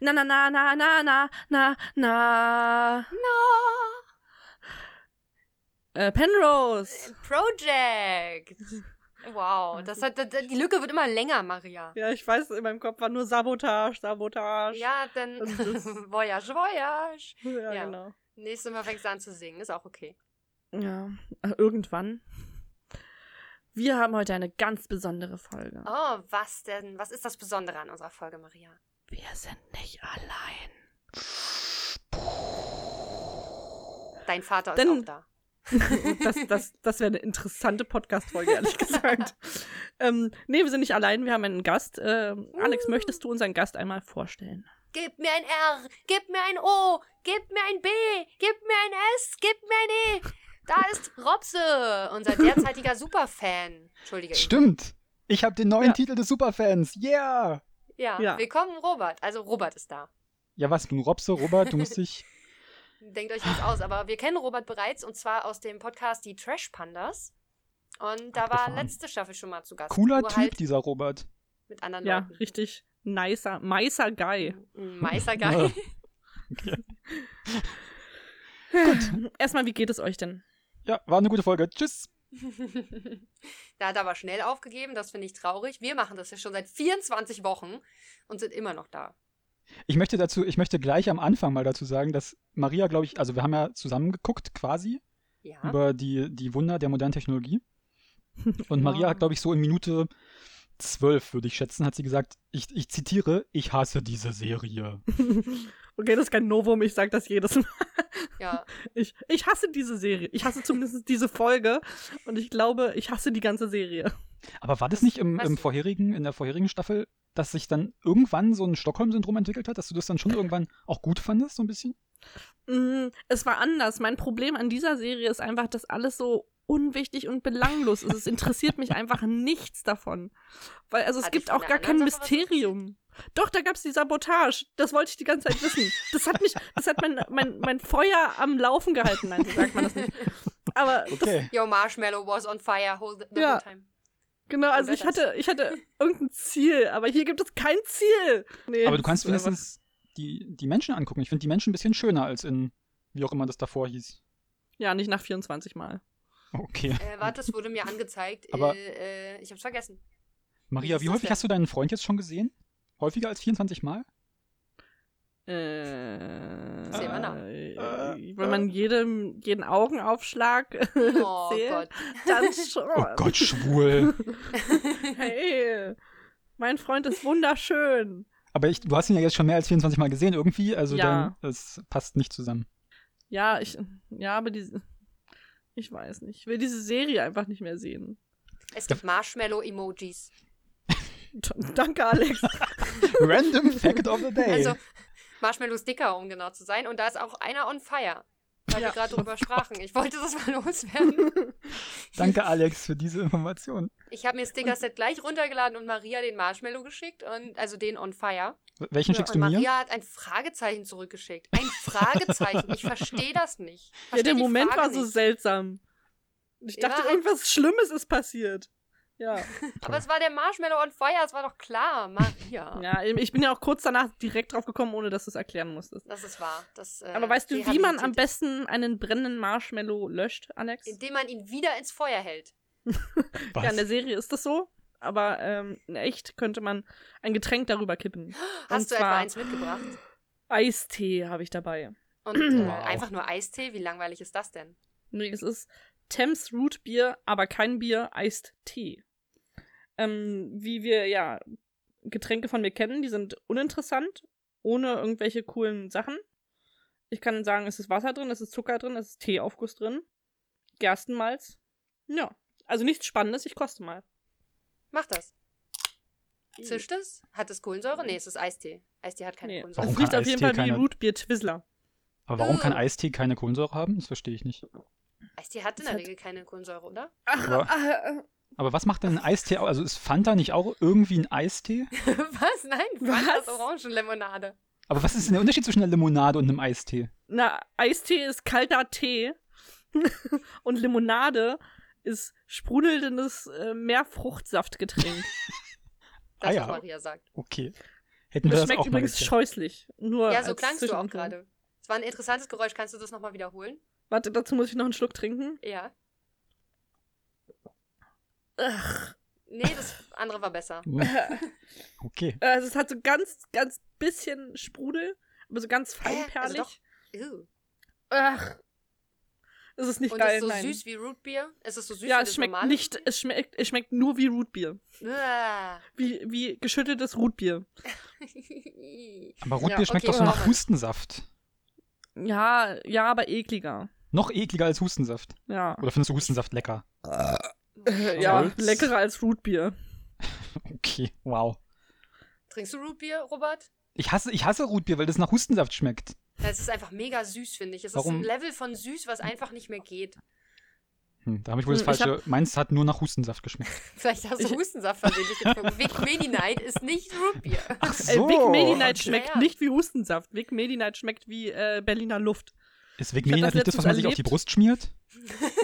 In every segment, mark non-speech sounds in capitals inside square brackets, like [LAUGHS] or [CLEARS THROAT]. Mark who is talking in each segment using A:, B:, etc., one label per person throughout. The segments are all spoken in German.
A: Na, na, na, na, na, na, na, na. Äh, Penrose.
B: Project. Wow, das hat, das, die Lücke wird immer länger, Maria.
A: Ja, ich weiß, in meinem Kopf war nur Sabotage, Sabotage.
B: Ja, dann
A: Das
B: [LAUGHS]
A: ist-
B: Voyage, Voyage.
A: ja,
B: ja.
A: genau.
B: Nächstes Mal fängst du an zu singen, ist auch okay.
A: Ja, äh, irgendwann. Wir haben heute eine ganz besondere Folge.
B: Oh, was denn? Was ist das Besondere an unserer Folge, Maria?
A: Wir sind nicht allein.
B: Dein Vater ist
A: Denn-
B: auch da.
A: [LAUGHS] das das, das wäre eine interessante Podcast-Folge, [LAUGHS] ehrlich gesagt. ähm, nee, wir sind nicht allein, wir haben einen Gast. Ähm, Alex,
B: Uh.
A: möchtest du unseren Gast einmal vorstellen?
B: Gib mir ein R, gib mir ein O, gib mir ein B, gib mir ein S, gib mir ein E. Da ist Robse, unser
A: [LAUGHS]
B: derzeitiger Superfan. Entschuldige.
C: Stimmt. Ich habe den neuen
A: Ja.
C: Titel des Superfans. Yeah!
B: Ja,
A: Ja.
B: willkommen Robert. Also Robert ist da.
C: Ja, was nun, Robso, Robert, du musst dich.
B: Denkt euch nichts aus, aber wir kennen Robert bereits und zwar aus dem Podcast Die Trash Pandas. Und da war
C: Abgefahren.
B: letzte Staffel schon mal zu Gast.
C: Cooler
B: Nur
C: Typ,
B: Halt
C: dieser Robert.
B: mit anderen
A: Ja,
B: Leuten.
A: richtig nicer, meiser
B: [LAUGHS]
A: Guy.
B: Ein Meistergeil.
A: Erstmal, wie geht es euch denn?
C: Ja, war eine gute Folge. Tschüss.
B: [LAUGHS] da hat er aber schnell aufgegeben, das finde ich traurig. Wir machen das ja schon seit 24 Wochen und sind immer noch da.
C: Ich möchte dazu, ich möchte gleich am Anfang mal dazu sagen, dass Maria, glaube ich, also wir haben ja zusammen geguckt quasi
B: Ja.
C: über die, die Wunder der modernen Technologie. Und Maria
A: Wow.
C: hat, glaube ich, so in Minute zwölf, würde ich schätzen, hat sie gesagt, ich, ich zitiere, ich hasse diese Serie.
A: [LAUGHS] Okay, das ist kein Novum, ich sage das jedes Mal.
B: ja.
A: Ich, ich hasse diese Serie. Ich hasse [LAUGHS] zumindest diese Folge und ich glaube, ich hasse die ganze Serie.
C: Aber war das nicht im,
B: weiß
C: im
B: ich.
C: vorherigen, in der vorherigen Staffel, dass sich dann irgendwann so ein Stockholm-Syndrom entwickelt hat, dass du das dann schon irgendwann auch gut fandest, so
B: [LAUGHS]
C: ein bisschen?
A: Mm, Es war anders. Mein Problem an dieser Serie ist einfach, dass alles so unwichtig und belanglos ist. Es interessiert mich einfach nichts davon. Weil, also es
B: Hat dich
A: gibt
B: von
A: auch
B: der
A: gar kein
B: anderen Sache was
A: Mysterium. Doch, da gab es die Sabotage. Das wollte ich die ganze Zeit wissen. Das hat mich, das hat mein, mein, mein Feuer am Laufen gehalten. Nein, so sagt man das nicht. Aber
C: Okay.
B: Yo, Marshmallow was on fire whole, the
A: Ja.
B: whole time.
A: Genau, also
B: Oder
A: ich
B: das.
A: hatte, ich hatte irgendein Ziel, aber hier gibt es kein Ziel. Nee,
C: Aber du kannst
A: das ist einfach-
C: wenigstens die, die Menschen angucken. Ich finde die Menschen ein bisschen schöner als in, wie auch immer das davor hieß.
A: Ja, nicht nach 24 Mal.
C: Okay.
B: Äh, warte, es wurde mir angezeigt.
C: Aber-
B: äh, äh, ich hab's
C: [LAUGHS]
B: vergessen.
C: Maria,
B: ist
C: wie
B: das
C: häufig
B: denn?
C: hast du deinen Freund jetzt schon gesehen? Häufiger als 24 Mal?
A: Äh,
B: Zähl mal nach.
A: äh, wenn man jedem, jeden Augenaufschlag [LAUGHS]
B: Oh
A: zählt,
B: Gott. [LAUGHS]
A: dann schon.
C: Oh Gott, schwul.
A: Hey, mein Freund ist wunderschön.
C: Aber ich, du hast ihn ja jetzt schon mehr als 24 Mal gesehen irgendwie, also
A: Ja.
C: dann, das passt nicht zusammen.
A: Ja, ich, ja, aber diese, ich weiß nicht. Ich will diese Serie einfach nicht mehr sehen. [LAUGHS]
B: Es gibt Marshmallow-Emojis.
A: T danke, Alex.
C: Random Fact of the Day.
B: Also Marshmallow-Sticker, um genau zu sein. Und da ist auch einer on fire. Weil
A: Ja.
B: wir gerade
A: [LAUGHS]
B: drüber sprachen. Ich wollte das mal [LAUGHS] loswerden.
C: Danke, Alex, für diese Information.
B: Ich habe mir Sticker-Set gleich runtergeladen und Maria den Marshmallow geschickt. und Also den on fire.
C: Welchen
A: Ja,
C: schickst
B: Und
C: du mir?
B: Maria hat ein Fragezeichen zurückgeschickt. Ein Fragezeichen. Ich verstehe das nicht.
A: [LAUGHS] Ja,
B: Versteh
A: der
B: die
A: Moment
B: Frage
A: war so
B: nicht.
A: seltsam. Ich dachte,
B: Ja.
A: irgendwas Schlimmes ist passiert. Ja.
B: Aber es war der Marshmallow on fire. Es war doch klar, Maria.
A: [LAUGHS] ja, eben, ich bin ja auch kurz danach direkt drauf gekommen, ohne dass du es erklären musstest.
B: Das ist wahr. Das, äh,
A: Aber weißt du, wie man am
B: rehabilitiert-
A: besten einen brennenden Marshmallow löscht, Alex?
B: Indem man ihn wieder ins Feuer hält.
C: Was?
A: Ja, in der Serie ist das so. Aber ähm, in echt könnte man ein Getränk darüber
B: [GASPS]
A: kippen.
B: Hast
A: Und
B: du etwa
A: zwar [CLEARS THROAT]
B: eins mitgebracht?
A: Eistee habe ich dabei.
B: Und äh,
C: Wow.
B: einfach nur Eistee? Wie langweilig ist das denn?
A: Nee, es ist Thames Root Bier, aber kein Bier, Eist Tee. Ähm, wie wir ja Getränke von mir kennen, die sind uninteressant, ohne irgendwelche coolen Sachen. Ich kann sagen, es ist Wasser drin, es ist Zucker drin, es ist Teeaufguss drin, Gerstenmalz. Ja, also nichts Spannendes, ich koste mal.
B: Mach das. Zischt es? Hat es Kohlensäure? Nee, es ist Eistee. Eistee hat keine
A: Hm. Nee,
B: Kohlensäure.
C: Warum
A: es riecht
C: kann
A: auf jeden
C: Eistee
A: Fall wie
C: keine-
A: Root Beer Twizzler.
C: Aber warum
A: Äh.
C: kann Eistee keine Kohlensäure haben? Das verstehe ich nicht.
B: Eistee hat
A: Es
B: in der
A: hat-
B: Regel keine Kohlensäure,
A: [LAUGHS]
B: oder?
A: Ach,
C: Aber-
A: ah,
C: Aber was macht denn ein Eistee aus? Also ist Fanta nicht auch irgendwie ein Eistee?
B: Was? Nein,
A: Was?
B: was? Orangenlimonade.
C: Aber was ist denn der Unterschied zwischen einer Limonade und einem Eistee?
A: Na, Eistee ist kalter Tee [LAUGHS] und Limonade ist
C: [LAUGHS]
A: sprudelndes äh, Meerfruchtsaftgetränk.
B: Das,
C: Ah
B: was
C: ja.
B: Maria sagt.
C: Okay. Hätten wir
A: Das
C: das
A: schmeckt
C: auch mal
A: übrigens
C: geklärt.
A: scheußlich. Nur
B: Ja, so
A: als
B: klangst du auch
A: Zwischenfall.
B: gerade. Es war ein interessantes Geräusch. Kannst du das nochmal wiederholen?
A: Warte, dazu muss ich noch einen Schluck trinken.
B: Ja.
A: Ugh.
B: Nee, das andere war besser.
C: Hm. Okay.
A: Also es hat so ganz, ganz bisschen Sprudel, aber so ganz
B: Hä? Also
A: feinperlig.
B: doch. Ew.
A: Ach. Es ist nicht
B: Und
A: geil,
B: ist so
A: nein.
B: süß wie Rootbeer? Ist es so süß
A: ja,
B: wie
A: es
B: das
A: schmeckt
B: normale?
A: nicht, es schmeckt, es schmeckt nur wie Rootbier.
B: [LAUGHS] Ah.
A: Wie, wie geschüttetes Rootbier.
C: Aber Rotbier
B: Ja,
C: schmeckt
B: okay,
C: doch so nach
B: machen wir.
C: Hustensaft.
A: Ja, ja, aber ekliger.
C: Noch ekliger als Hustensaft.
A: Ja.
C: Oder findest du Hustensaft lecker?
A: Ja,
C: Salz.
A: leckerer als Rootbier.
C: Okay, wow.
B: Trinkst du Rootbeer, Robert?
C: Ich hasse, ich hasse Rotbier, weil das nach Hustensaft schmeckt.
B: Das ist einfach mega süß, finde ich. Es ist
C: Warum?
B: ein Level von süß, was einfach nicht mehr geht.
C: Hm, da habe ich wohl das
A: Hm, ich
C: Falsche. Meins hat nur nach
A: [LAUGHS]
C: Hustensaft geschmeckt.
B: Vielleicht hast du
A: Ich-
B: Hustensaft versehentlich getrunken. Vic Medi Night ist nicht Rootbeer.
C: [LAUGHS] Ach
A: Äh, Big Medi Night
B: okay.
A: schmeckt
B: Ja.
A: nicht wie Hustensaft. Big Medi Night schmeckt wie äh, Berliner Luft.
C: Ist Vic
A: Ich hab
C: Medi
A: das
C: Night nicht das, was man sich auf die
A: letztens
C: Brust schmiert?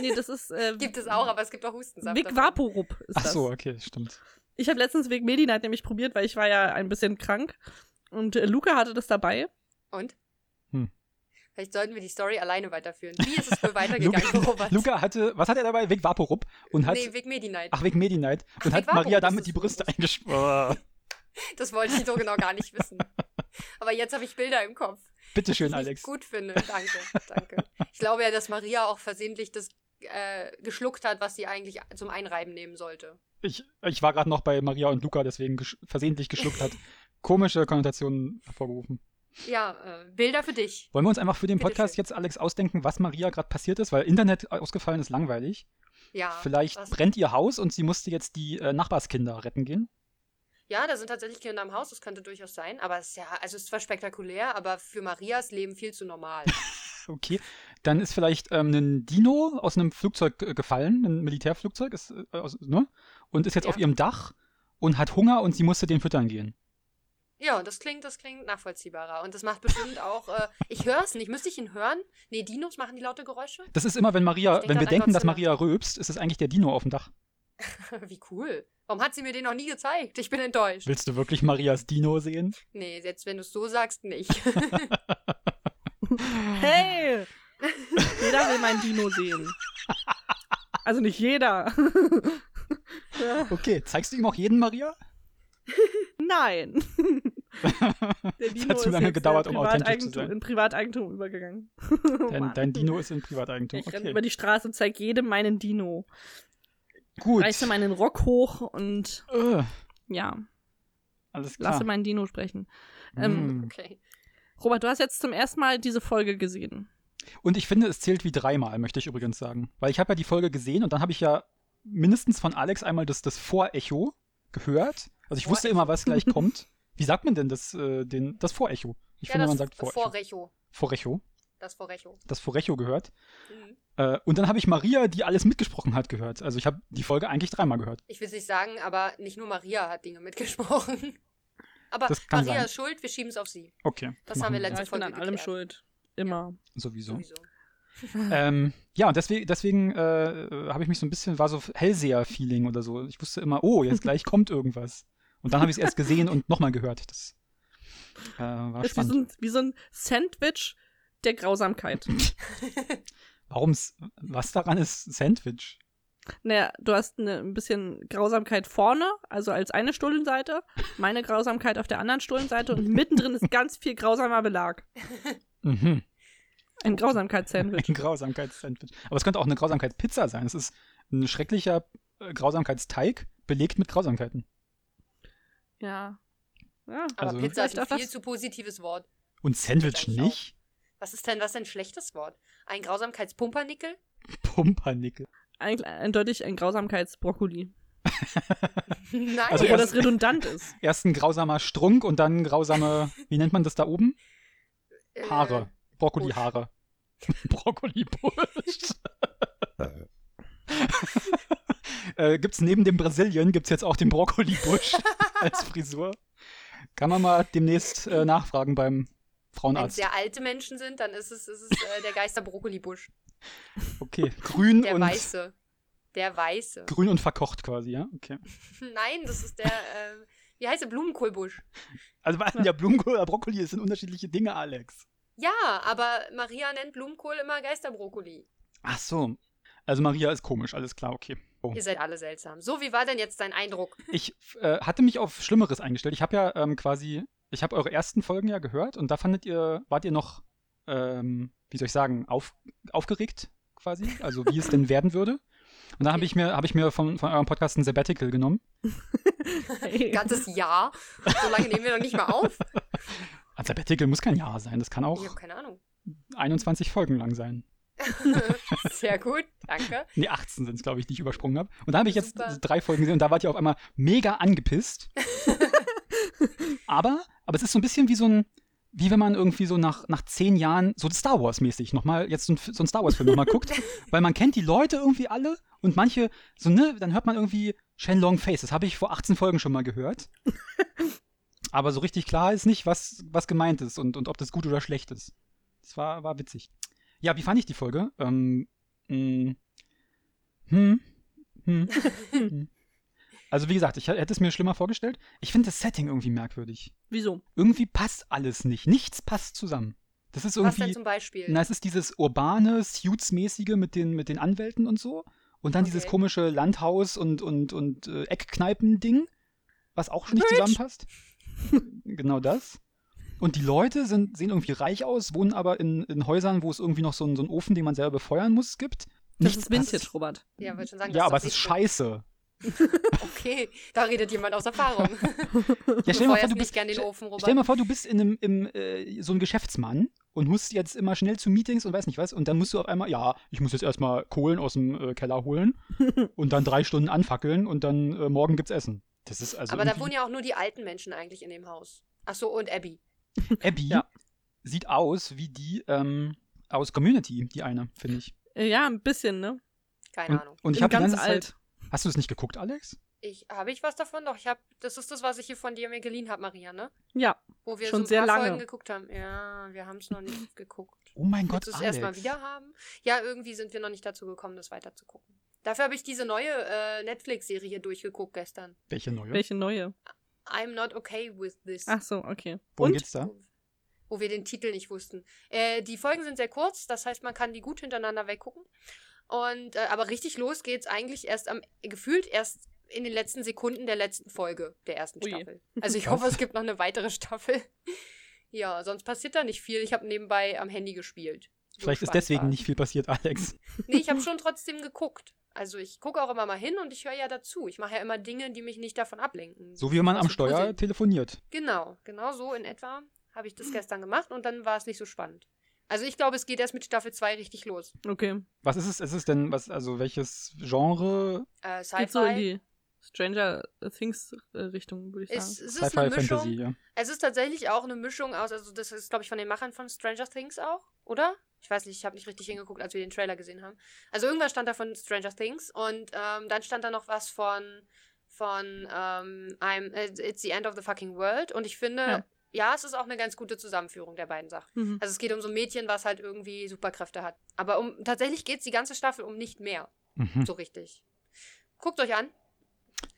A: Nee, das ist. Äh,
B: [LAUGHS] Gibt es auch, aber es gibt auch Hustensaft.
A: Vic
B: davon.
A: Vaporub ist
C: Ach
A: das.
C: so, okay, stimmt.
A: Ich habe letztens Vic Medi Night nämlich probiert, weil ich war ja ein bisschen krank. Und äh, Luca hatte das dabei.
B: Und?
C: Hm.
B: Vielleicht sollten wir die Story alleine weiterführen. Wie ist es wohl weitergegangen, [LAUGHS] Robert?
C: Luca hatte, was hat er dabei? Vic Vaporub und hat, Ah.
B: nee, Vic Medi Night.
C: ach, Vic Medi Night
B: Ach,
C: und
B: Vic
C: hat
B: Vaporub
C: Maria
B: ist
C: damit
B: es
C: die
B: übrigens.
C: Brüste eingeschworen.
B: Das wollte ich so genau gar nicht
C: [LAUGHS]
B: wissen. Aber jetzt habe ich Bilder im Kopf.
C: Bitteschön,
B: die ich
C: Alex.
B: gut finde. Danke, danke. Ich glaube ja, dass Maria auch versehentlich das äh, geschluckt hat, was sie eigentlich zum Einreiben nehmen sollte.
C: Ich, ich war gerade noch bei Maria und Luca, deswegen gesch versehentlich geschluckt hat. Komische Konnotationen hervorgerufen.
B: Ja, äh, Bilder für dich.
C: Wollen wir uns einfach für den
B: Bitteschön.
C: Podcast jetzt, Alex, ausdenken, was Maria gerade passiert ist, weil Internet ausgefallen ist langweilig.
B: Ja,
C: Vielleicht
B: was-
C: brennt ihr Haus und sie musste jetzt die äh, Nachbarskinder retten gehen.
B: ja, da sind tatsächlich Kinder im Haus, das könnte durchaus sein. Aber es ist ja, also es war spektakulär, aber für Marias Leben viel zu normal.
C: [LAUGHS] Okay. Dann ist vielleicht ähm, ein Dino aus einem Flugzeug äh, gefallen, ein Militärflugzeug, ist, äh, aus, ne? und ist jetzt
B: Ja.
C: auf ihrem Dach und hat Hunger und sie musste den füttern gehen.
B: ja, das klingt, das klingt nachvollziehbarer. Und das macht bestimmt auch. Äh, ich höre es nicht. Müsste ich ihn hören? Nee, Dinos machen die laute Geräusche? [LAUGHS]
C: Das ist immer, wenn Maria,
B: Ich denk
C: wenn
B: dann
C: wir
B: einfach
C: denken, dass
B: Zimmer.
C: Maria rülpst, ist es eigentlich der Dino auf dem Dach.
B: Wie cool. Warum hat sie mir den noch nie gezeigt? Ich bin enttäuscht.
C: Willst du wirklich Marias Dino sehen?
B: Nee, jetzt wenn du es so sagst,
C: [LAUGHS]
B: nicht.
C: Hm.
B: Mhm.
A: Hey!
B: [LAUGHS]
A: jeder will mein Dino sehen. Also nicht jeder. [LAUGHS] Ja,
C: Okay, zeigst du ihm auch jeden Maria?
A: Nein. Der Dino
C: zu lange
A: jetzt, äh,
C: gedauert, um authentisch zu
A: Privateigentum-
C: sein.
A: In Privateigentum übergegangen. [LAUGHS] Oh
C: Dein,
A: Mann.
C: dein Dino ist in Privateigentum.
A: Ich renne über
C: Okay.
A: die Straße und zeige jedem meinen Dino.
C: Gut.
A: Reiße meinen Rock hoch und
C: Äh,
A: ja,
C: alles klar.
A: lasse meinen Dino sprechen. ähm,
C: Mm.
B: Okay.
A: Robert, du hast jetzt zum ersten Mal diese Folge gesehen.
C: Und ich finde, es zählt wie dreimal, möchte ich übrigens sagen. Weil ich habe ja die Folge gesehen und dann habe ich ja mindestens von Alex einmal das, das Vorecho gehört. Also ich wusste immer, was gleich kommt. [LAUGHS] Wie sagt man denn das, äh, den, das Vorecho? Ich finde,
B: das
C: man sagt Vorecho.
B: Vorrecho.
C: Vorecho.
B: Das Vorrecho.
C: Das Vorecho gehört.
B: Mhm.
C: Äh, und dann habe ich Maria, die alles mitgesprochen hat, gehört. Also ich habe die Folge eigentlich dreimal gehört.
B: Ich will es nicht sagen, aber nicht nur Maria hat Dinge mitgesprochen. [LAUGHS] Aber
C: Das kann
B: Maria
C: sein.
B: ist schuld, wir schieben es auf sie.
C: Okay.
B: Das
C: machen
B: haben wir
A: Ja,
B: letzte
A: ich bin
B: Folge
A: an allem
B: geklärt.
A: schuld. Immer.
C: Mhm. Sowieso.
B: Sowieso.
C: ähm, ja, und deswegen, deswegen äh, habe ich mich so ein bisschen, war so Hellseher-Feeling oder so. Ich wusste immer, oh,
A: [LAUGHS]
C: jetzt gleich kommt irgendwas. Und dann habe ich es erst gesehen und nochmal gehört. Das äh, war
A: Das ist wie so,
C: spannend.
A: ein, wie so ein Sandwich der
C: [LAUGHS]
A: Grausamkeit.
C: Warum, was daran ist Sandwich?
A: Naja, du hast eine, ein bisschen Grausamkeit vorne, also als eine Stullenseite, meine Grausamkeit auf der anderen Stullenseite und mittendrin ist ganz viel grausamer Belag.
C: Mhm.
A: Ein Grausamkeitssandwich.
B: [LAUGHS]
C: Ein Grausamkeits-Sandwich. Aber es könnte auch eine Grausamkeitspizza sein. Es ist ein schrecklicher äh, Grausamkeitsteig, belegt mit Grausamkeiten.
A: Ja. Ja.
B: Aber
C: Also-
B: Pizza ist
A: Vielleicht
B: ein
A: auch
B: viel
A: das-
B: zu positives Wort.
C: Und Sandwich
B: Eigentlich auch.
C: nicht?
B: Was ist denn, was ist ein schlechtes Wort? Ein Grausamkeitspumpernickel? [LAUGHS]
C: Pumpernickel.
A: Ein, eindeutig ein Grausamkeitsbrokkoli.
B: Nein.
C: Also
A: Obwohl
C: erst-
A: das redundant ist.
B: [LAUGHS]
C: Erst ein grausamer Strunk und dann grausame, wie nennt man das da oben?
B: äh,
C: Haare.
B: [LAUGHS]
C: Brokkoli-Haare. Brokkoli-Busch. äh, gibt's neben dem Brasilien, gibt's jetzt auch
B: [LAUGHS]
C: den Brokkoli-Busch als Frisur. Kann man mal demnächst äh, nachfragen beim
B: Wenn es
C: Frauenarzt.
B: sehr alte Menschen sind, dann ist es, ist es äh, der Geister
C: [LAUGHS]
B: Brokkolibusch.
C: Okay, grün
B: Der
C: und,
B: Weiße. [LAUGHS] Der Weiße.
C: grün und verkocht quasi, ja? Okay.
B: Nein, das ist der, äh, Wie heißt der Blumenkohlbusch?
C: Also ja. ja, Blumenkohl oder Brokkoli, das sind unterschiedliche Dinge, Alex.
B: Ja, aber Maria nennt Blumenkohl immer Geisterbrokkoli.
C: Ach so. Also Maria ist komisch, alles klar, okay. Oh.
B: Ihr seid alle seltsam. So, wie war denn jetzt dein Eindruck?
C: Ich äh, hatte mich auf Schlimmeres eingestellt. Ich habe ja ähm, quasi, ich habe eure ersten Folgen ja gehört und da fandet ihr, wart ihr noch, ähm, wie soll ich sagen, auf, aufgeregt quasi, also wie es denn werden würde. Und dann habe ich mir, hab ich mir von, von eurem Podcast ein Sabbatical genommen.
B: Ein ganzes Jahr. So lange nehmen wir noch nicht mal
C: [LAUGHS]
B: auf.
C: Ein Sabbatical muss kein Jahr sein, das kann auch
B: Ich habe keine Ahnung. [LAUGHS]
C: 21 Folgen lang sein.
B: Sehr gut, danke.
C: Nee, 18 sind es, glaube ich, die ich übersprungen habe. Und da habe ich jetzt drei Folgen gesehen und da wart ihr auf einmal mega angepisst. aber, aber es ist so ein bisschen wie so ein, wie wenn man irgendwie so nach, nach zehn Jahren so Star Wars-mäßig nochmal, jetzt so ein, so ein Star Wars-Film nochmal guckt, weil man kennt die Leute irgendwie alle und manche, so ne, dann hört man irgendwie Shenlong Face, das habe ich vor 18 Folgen schon mal gehört. Aber so richtig klar ist nicht, was, was gemeint ist und, und ob das gut oder schlecht ist. Das war, war witzig. Ja, wie fand ich die Folge? Ähm, mh, hm, hm, hm. Also wie gesagt, ich hätte es mir schlimmer vorgestellt. Ich finde das Setting irgendwie merkwürdig.
A: Wieso?
C: Irgendwie passt alles nicht. Nichts passt zusammen. Das
B: Was
C: ist irgendwie.
B: denn halt zum Beispiel?
C: na, es ist dieses urbane, Suits-mäßige mit den, mit den Anwälten und so. Und dann dieses
B: Okay.
C: komische Landhaus- und, und, und äh, Eckkneipen-Ding, was auch nicht
A: Rich.
C: zusammenpasst. genau das. Und die Leute sind, sehen irgendwie reich aus, wohnen aber in, in Häusern, wo es irgendwie noch so einen, so einen Ofen, den man selber befeuern muss, gibt.
A: Das
C: Nichts
A: ist Vintage,
C: passt.
A: Robert.
B: ja, wollte schon sagen,
C: Ja,
B: das
C: aber es
B: doch
C: ist
B: nicht
C: scheiße.
B: so- Okay, da redet jemand aus Erfahrung.
C: Ja, stell dir
B: Befeuerst
C: mal vor, du
B: nicht
C: bist,
B: gern den
C: stell-
B: Ofen, Robert.
C: Stell dir mal vor, du bist in einem, im, äh, so ein Geschäftsmann und musst jetzt immer schnell zu Meetings und weiß nicht was. Und dann musst du auf einmal, ja, ich muss jetzt erstmal Kohlen aus dem äh, Keller holen und dann drei Stunden anfackeln und dann äh, morgen gibt's Essen. Das ist also.
B: aber da
C: irgendwie-
B: wohnen ja auch nur die alten Menschen eigentlich in dem Haus. Ach so, und Abby.
C: Abby
A: Ja.
C: sieht aus wie die ähm, aus Community, die eine, finde ich.
A: Äh, Ja, ein bisschen, ne?
B: Keine
C: Und,
B: Ahnung.
C: und ich
A: Bin
C: habe
A: ganz
C: Zeit,
A: alt.
C: Hast du das nicht geguckt, Alex?
B: Ich, habe ich was davon? Doch, ich habe, das ist das, was ich hier von dir mir geliehen habe, Maria, ne?
A: Ja.
B: Wo wir
A: Schon
B: so ein
A: sehr
B: paar
A: lange.
B: Folgen geguckt haben. Ja, wir haben es noch
C: [LAUGHS]
B: nicht geguckt.
C: Oh mein Gott,
B: Willst du es
C: Alex.
B: erstmal wieder haben? Ja, irgendwie sind wir noch nicht dazu gekommen, das weiterzugucken. Dafür habe ich diese neue äh, Netflix-Serie durchgeguckt gestern.
C: Welche neue?
A: Welche neue?
B: I'm not okay with this.
A: Ach so, okay.
C: Worum
A: Und?
C: geht's da?
B: Wo- Wo wir den Titel nicht wussten. Äh, die Folgen sind sehr kurz, das heißt, man kann die gut hintereinander weggucken. Und äh, aber richtig los geht's eigentlich erst am gefühlt erst in den letzten Sekunden der letzten Folge der ersten
A: Ui.
B: Staffel. Also ich
C: Was?
B: hoffe, es gibt noch eine weitere Staffel. [LAUGHS] Ja, sonst passiert da nicht viel. Ich habe nebenbei am Handy gespielt. So
C: Vielleicht ist
B: Spaß
C: deswegen
B: war's.
C: nicht viel passiert, Alex.
B: Nee, ich habe schon trotzdem geguckt. Also ich gucke auch immer mal hin und ich höre ja dazu. Ich mache ja immer Dinge, die mich nicht davon ablenken.
C: So wie wenn man
B: Was
C: am
B: für
C: Steuer
B: Puzzle.
C: telefoniert.
B: Genau, genau so in etwa habe ich das gestern gemacht und dann war es nicht so spannend. Also ich glaube, es geht erst mit Staffel 2 richtig los.
A: Okay.
C: Was ist es? Ist es denn, was, also welches Genre
B: Äh, Sci-Fi
A: Geht so in die Stranger Things äh, Richtung, würde ich sagen.
B: ist, es ist
C: Sci-Fi
B: eine Mischung.
C: Fantasy, ja.
B: Es ist tatsächlich auch eine Mischung aus, also das ist, glaube ich, von den Machern von Stranger Things auch, oder? Ich weiß nicht, ich habe nicht richtig hingeguckt, als wir den Trailer gesehen haben. Also irgendwas stand da von Stranger Things und ähm, dann stand da noch was von, von ähm, I'm, It's the End of the Fucking World und ich finde, ja.
A: Ja.
B: es ist auch eine ganz gute Zusammenführung der beiden Sachen.
A: Mhm.
B: Also es geht um so ein Mädchen, was halt irgendwie Superkräfte hat. Aber um tatsächlich geht es die ganze Staffel um nicht mehr,
C: Mhm.
B: so richtig. Guckt euch an.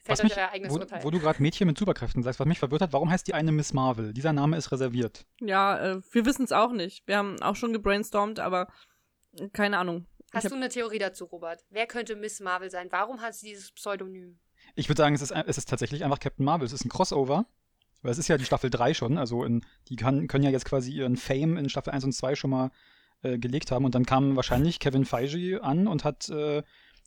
B: Fällt
C: Was
B: euch
C: mich,
B: euer eigenes
C: wo,
B: Urteil.
C: wo du gerade Mädchen mit Superkräften sagst, was mich verwirrt hat, warum heißt die eine Miss Marvel? Dieser Name ist reserviert.
A: Ja, äh, wir wissen es auch nicht. Wir haben auch schon gebrainstormt, aber äh, keine Ahnung.
B: Hast
A: ich
B: du eine Theorie dazu, Robert? Wer könnte Miss Marvel sein? Warum hat sie dieses Pseudonym?
C: Ich würde sagen, es ist, ein- es ist tatsächlich einfach Captain Marvel. Es ist ein Crossover. Weil es ist ja die Staffel 3 schon. Also in, die kann, können ja jetzt quasi ihren Fame in Staffel 1 und 2 schon mal äh, gelegt haben. Und dann kam wahrscheinlich Kevin Feige an und hat äh,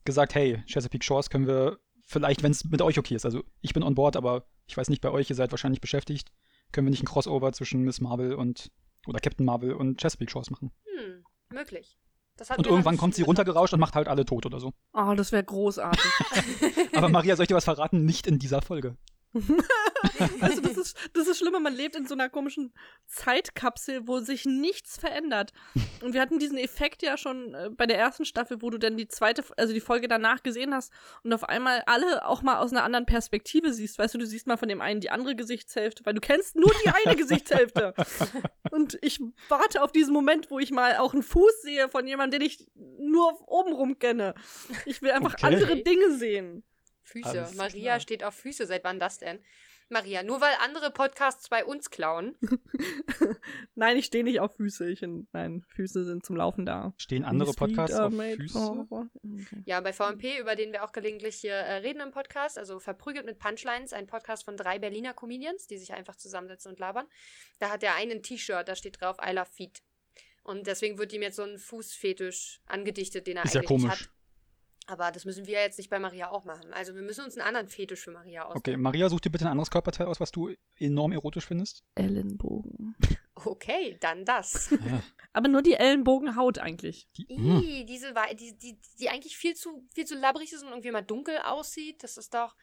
C: gesagt, hey, Chesapeake Shores können wir vielleicht, wenn es mit euch okay ist. Also ich bin on board, aber ich weiß nicht, bei euch, ihr seid wahrscheinlich beschäftigt. Können wir nicht ein Crossover zwischen Miss Marvel und oder Captain Marvel und Chesapeake Shores machen?
B: Hm, möglich. Das hat
C: Und
B: mir
C: irgendwann
B: noch
C: kommt sie
B: nicht
C: runtergerauscht und macht halt alle tot oder so.
A: oh, das wäre großartig.
C: Aber Maria, soll ich dir was verraten? Nicht in dieser Folge.
A: also das ist, das ist schlimmer, man lebt in so einer komischen Zeitkapsel, wo sich nichts verändert. Und wir hatten diesen Effekt ja schon äh, bei der ersten Staffel, wo du dann die zweite, also die Folge danach gesehen hast und auf einmal alle auch mal aus einer anderen Perspektive siehst. Weißt du, du siehst mal von dem einen die andere Gesichtshälfte, weil du kennst nur die eine Gesichtshälfte. Und ich warte auf diesen Moment, wo ich mal auch einen Fuß sehe von jemandem, den ich nur obenrum kenne. Ich will einfach
C: Okay.
A: andere Dinge sehen.
B: Füße.
C: Alles
B: Maria
C: klar.
B: steht auf Füße. Seit wann das denn? Maria, nur weil andere Podcasts bei uns klauen.
A: [LAUGHS] Nein, ich stehe nicht auf Füße. Ich, nein, Füße sind zum Laufen da. äh,
C: Stehen andere
A: These feet
C: Podcasts
A: are
C: auf
A: made
C: Füße?
A: for walking. Okay.
B: Ja,
C: Hm.
B: bei VMP, über den wir auch gelegentlich hier äh, reden im Podcast, also Verprügelt mit Punchlines, ein Podcast von drei Berliner Comedians, die sich einfach zusammensetzen und labern. Da hat der eine ein T-Shirt, da steht drauf I love feet. Und deswegen wird ihm jetzt so ein Fußfetisch angedichtet, den er
C: Ist ja
B: eigentlich nicht
C: komisch.
B: hat. Aber das müssen wir ja jetzt nicht bei Maria auch machen. Also wir müssen uns einen anderen Fetisch für Maria ausdenken.
C: Okay, Maria, such dir bitte ein anderes Körperteil aus, was du enorm erotisch findest.
A: Ellenbogen.
B: Okay, dann das.
C: Ja.
A: Aber nur die Ellenbogenhaut eigentlich.
C: Die, Hm.
B: Ih, diese Wei- die, die, die eigentlich viel zu, viel zu labbrig ist und irgendwie mal dunkel aussieht, das ist doch.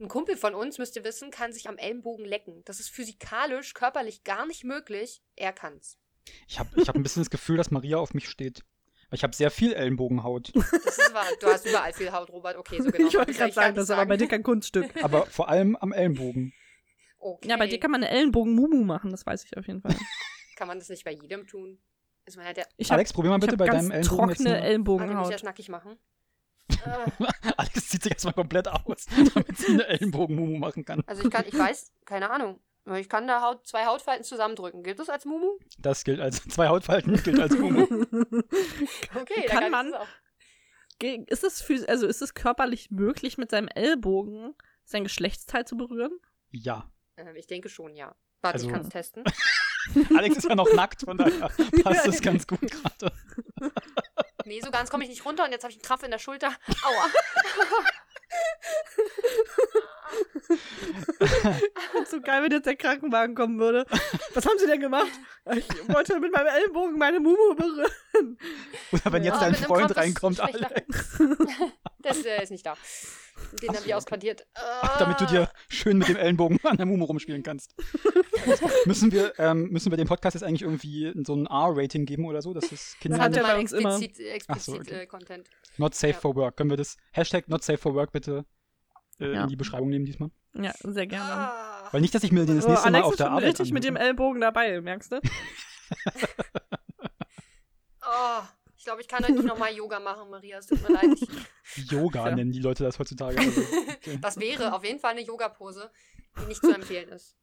B: Ein Kumpel von uns, müsst ihr wissen, kann sich am Ellenbogen lecken. Das ist physikalisch, körperlich gar nicht möglich. Er kann's.
C: Ich habe ich hab ein bisschen das Gefühl, dass Maria auf mich steht. Weil ich habe sehr viel Ellenbogenhaut.
B: Das ist wahr. Du hast überall viel Haut, Robert. Okay,
A: [LAUGHS]
B: so genau.
A: ich wollte
B: Ich
A: gerade
B: kann's
A: sagen, das ist aber bei dir kein Kunststück. [LAUGHS]
B: [LAUGHS]
C: Aber vor allem am Ellenbogen.
B: Okay.
A: Ja, bei dir kann man eine Ellenbogen-Mumu machen, das weiß ich auf jeden Fall.
B: Kann man das nicht bei jedem tun. Also man hat ja.
A: Ich
C: Alex, probier mal
A: ich
C: bitte
A: hab
C: bei
A: ganz
C: deinem Ellenbogen. jetzt
A: trockene
B: Ah, den muss
C: eine-
B: ich ja
A: Ellenbogenhaut.
B: schnackig machen. Äh,
C: [LAUGHS] Alex zieht sich erstmal komplett aus, damit sie eine Ellenbogenmumu machen kann.
B: also ich kann, ich weiß, keine Ahnung. Aber ich kann da Haut, zwei Hautfalten zusammendrücken. Gilt das als Mumu?
C: Das gilt als zwei Hautfalten, gilt als Mumu.
B: Okay,
A: Kann
B: dann kann ich
A: man.
B: das auch.
A: [LAUGHS] Ge- ist es, phys- also ist es körperlich möglich, mit seinem Ellbogen sein Geschlechtsteil zu berühren?
C: Ja.
B: Ähm, ich denke schon, ja. Warte, ich
C: Also-
B: kann es testen.
C: Alex ist ja noch nackt,
A: [LAUGHS]
C: von daher passt es ganz gut gerade.
B: Nee, so ganz komme ich nicht runter und jetzt habe ich einen Krampf in der Schulter. Aua.
A: Ich find's so geil, wenn jetzt der Krankenwagen kommen würde. Was haben sie denn gemacht? Ich wollte mit meinem Ellbogen meine Mumu berühren.
C: Oder wenn jetzt
B: Ah,
C: dein
B: mit einem Krampf
C: Freund
B: ist
C: reinkommt,
B: schlechter.
C: Alex,
B: [LAUGHS] Das äh, ist nicht da. Den habe ich ausquartiert. Ah.
C: damit du dir schön mit dem Ellenbogen [LAUGHS] an der Mumu
B: [LAUGHS]
C: rumspielen kannst. müssen, wir, ähm, müssen wir dem Podcast jetzt eigentlich irgendwie so ein R-Rating geben oder so? Das ist
A: Das
C: Kinder
A: hat
B: hat
A: er
B: er
A: bei
B: mal
A: uns immer.
B: explizit, explizit
C: Ach so, okay.
B: äh, Content.
C: Not safe
B: Ja.
C: for work. Können wir das Hashtag Not safe for work bitte äh,
A: Ja.
C: in die Beschreibung nehmen diesmal?
A: Ja, sehr gerne.
B: Ah.
C: Weil nicht, dass ich mir den das
A: Oh,
C: nächste Mal
A: Alex
C: auf
A: ist
C: der
A: schon
C: Arbeit
A: richtig mit dem
C: anhöre.
A: Ellbogen dabei, merkst du?
B: Oh, ich glaube, ich kann heute nicht nochmal Yoga machen, Maria. Es tut mir leid. Ich,
C: Yoga
A: Ja.
C: nennen die Leute das heutzutage.
B: [LAUGHS]
C: Also, okay.
B: das wäre auf jeden Fall eine Yoga-Pose, die nicht zu empfehlen ist.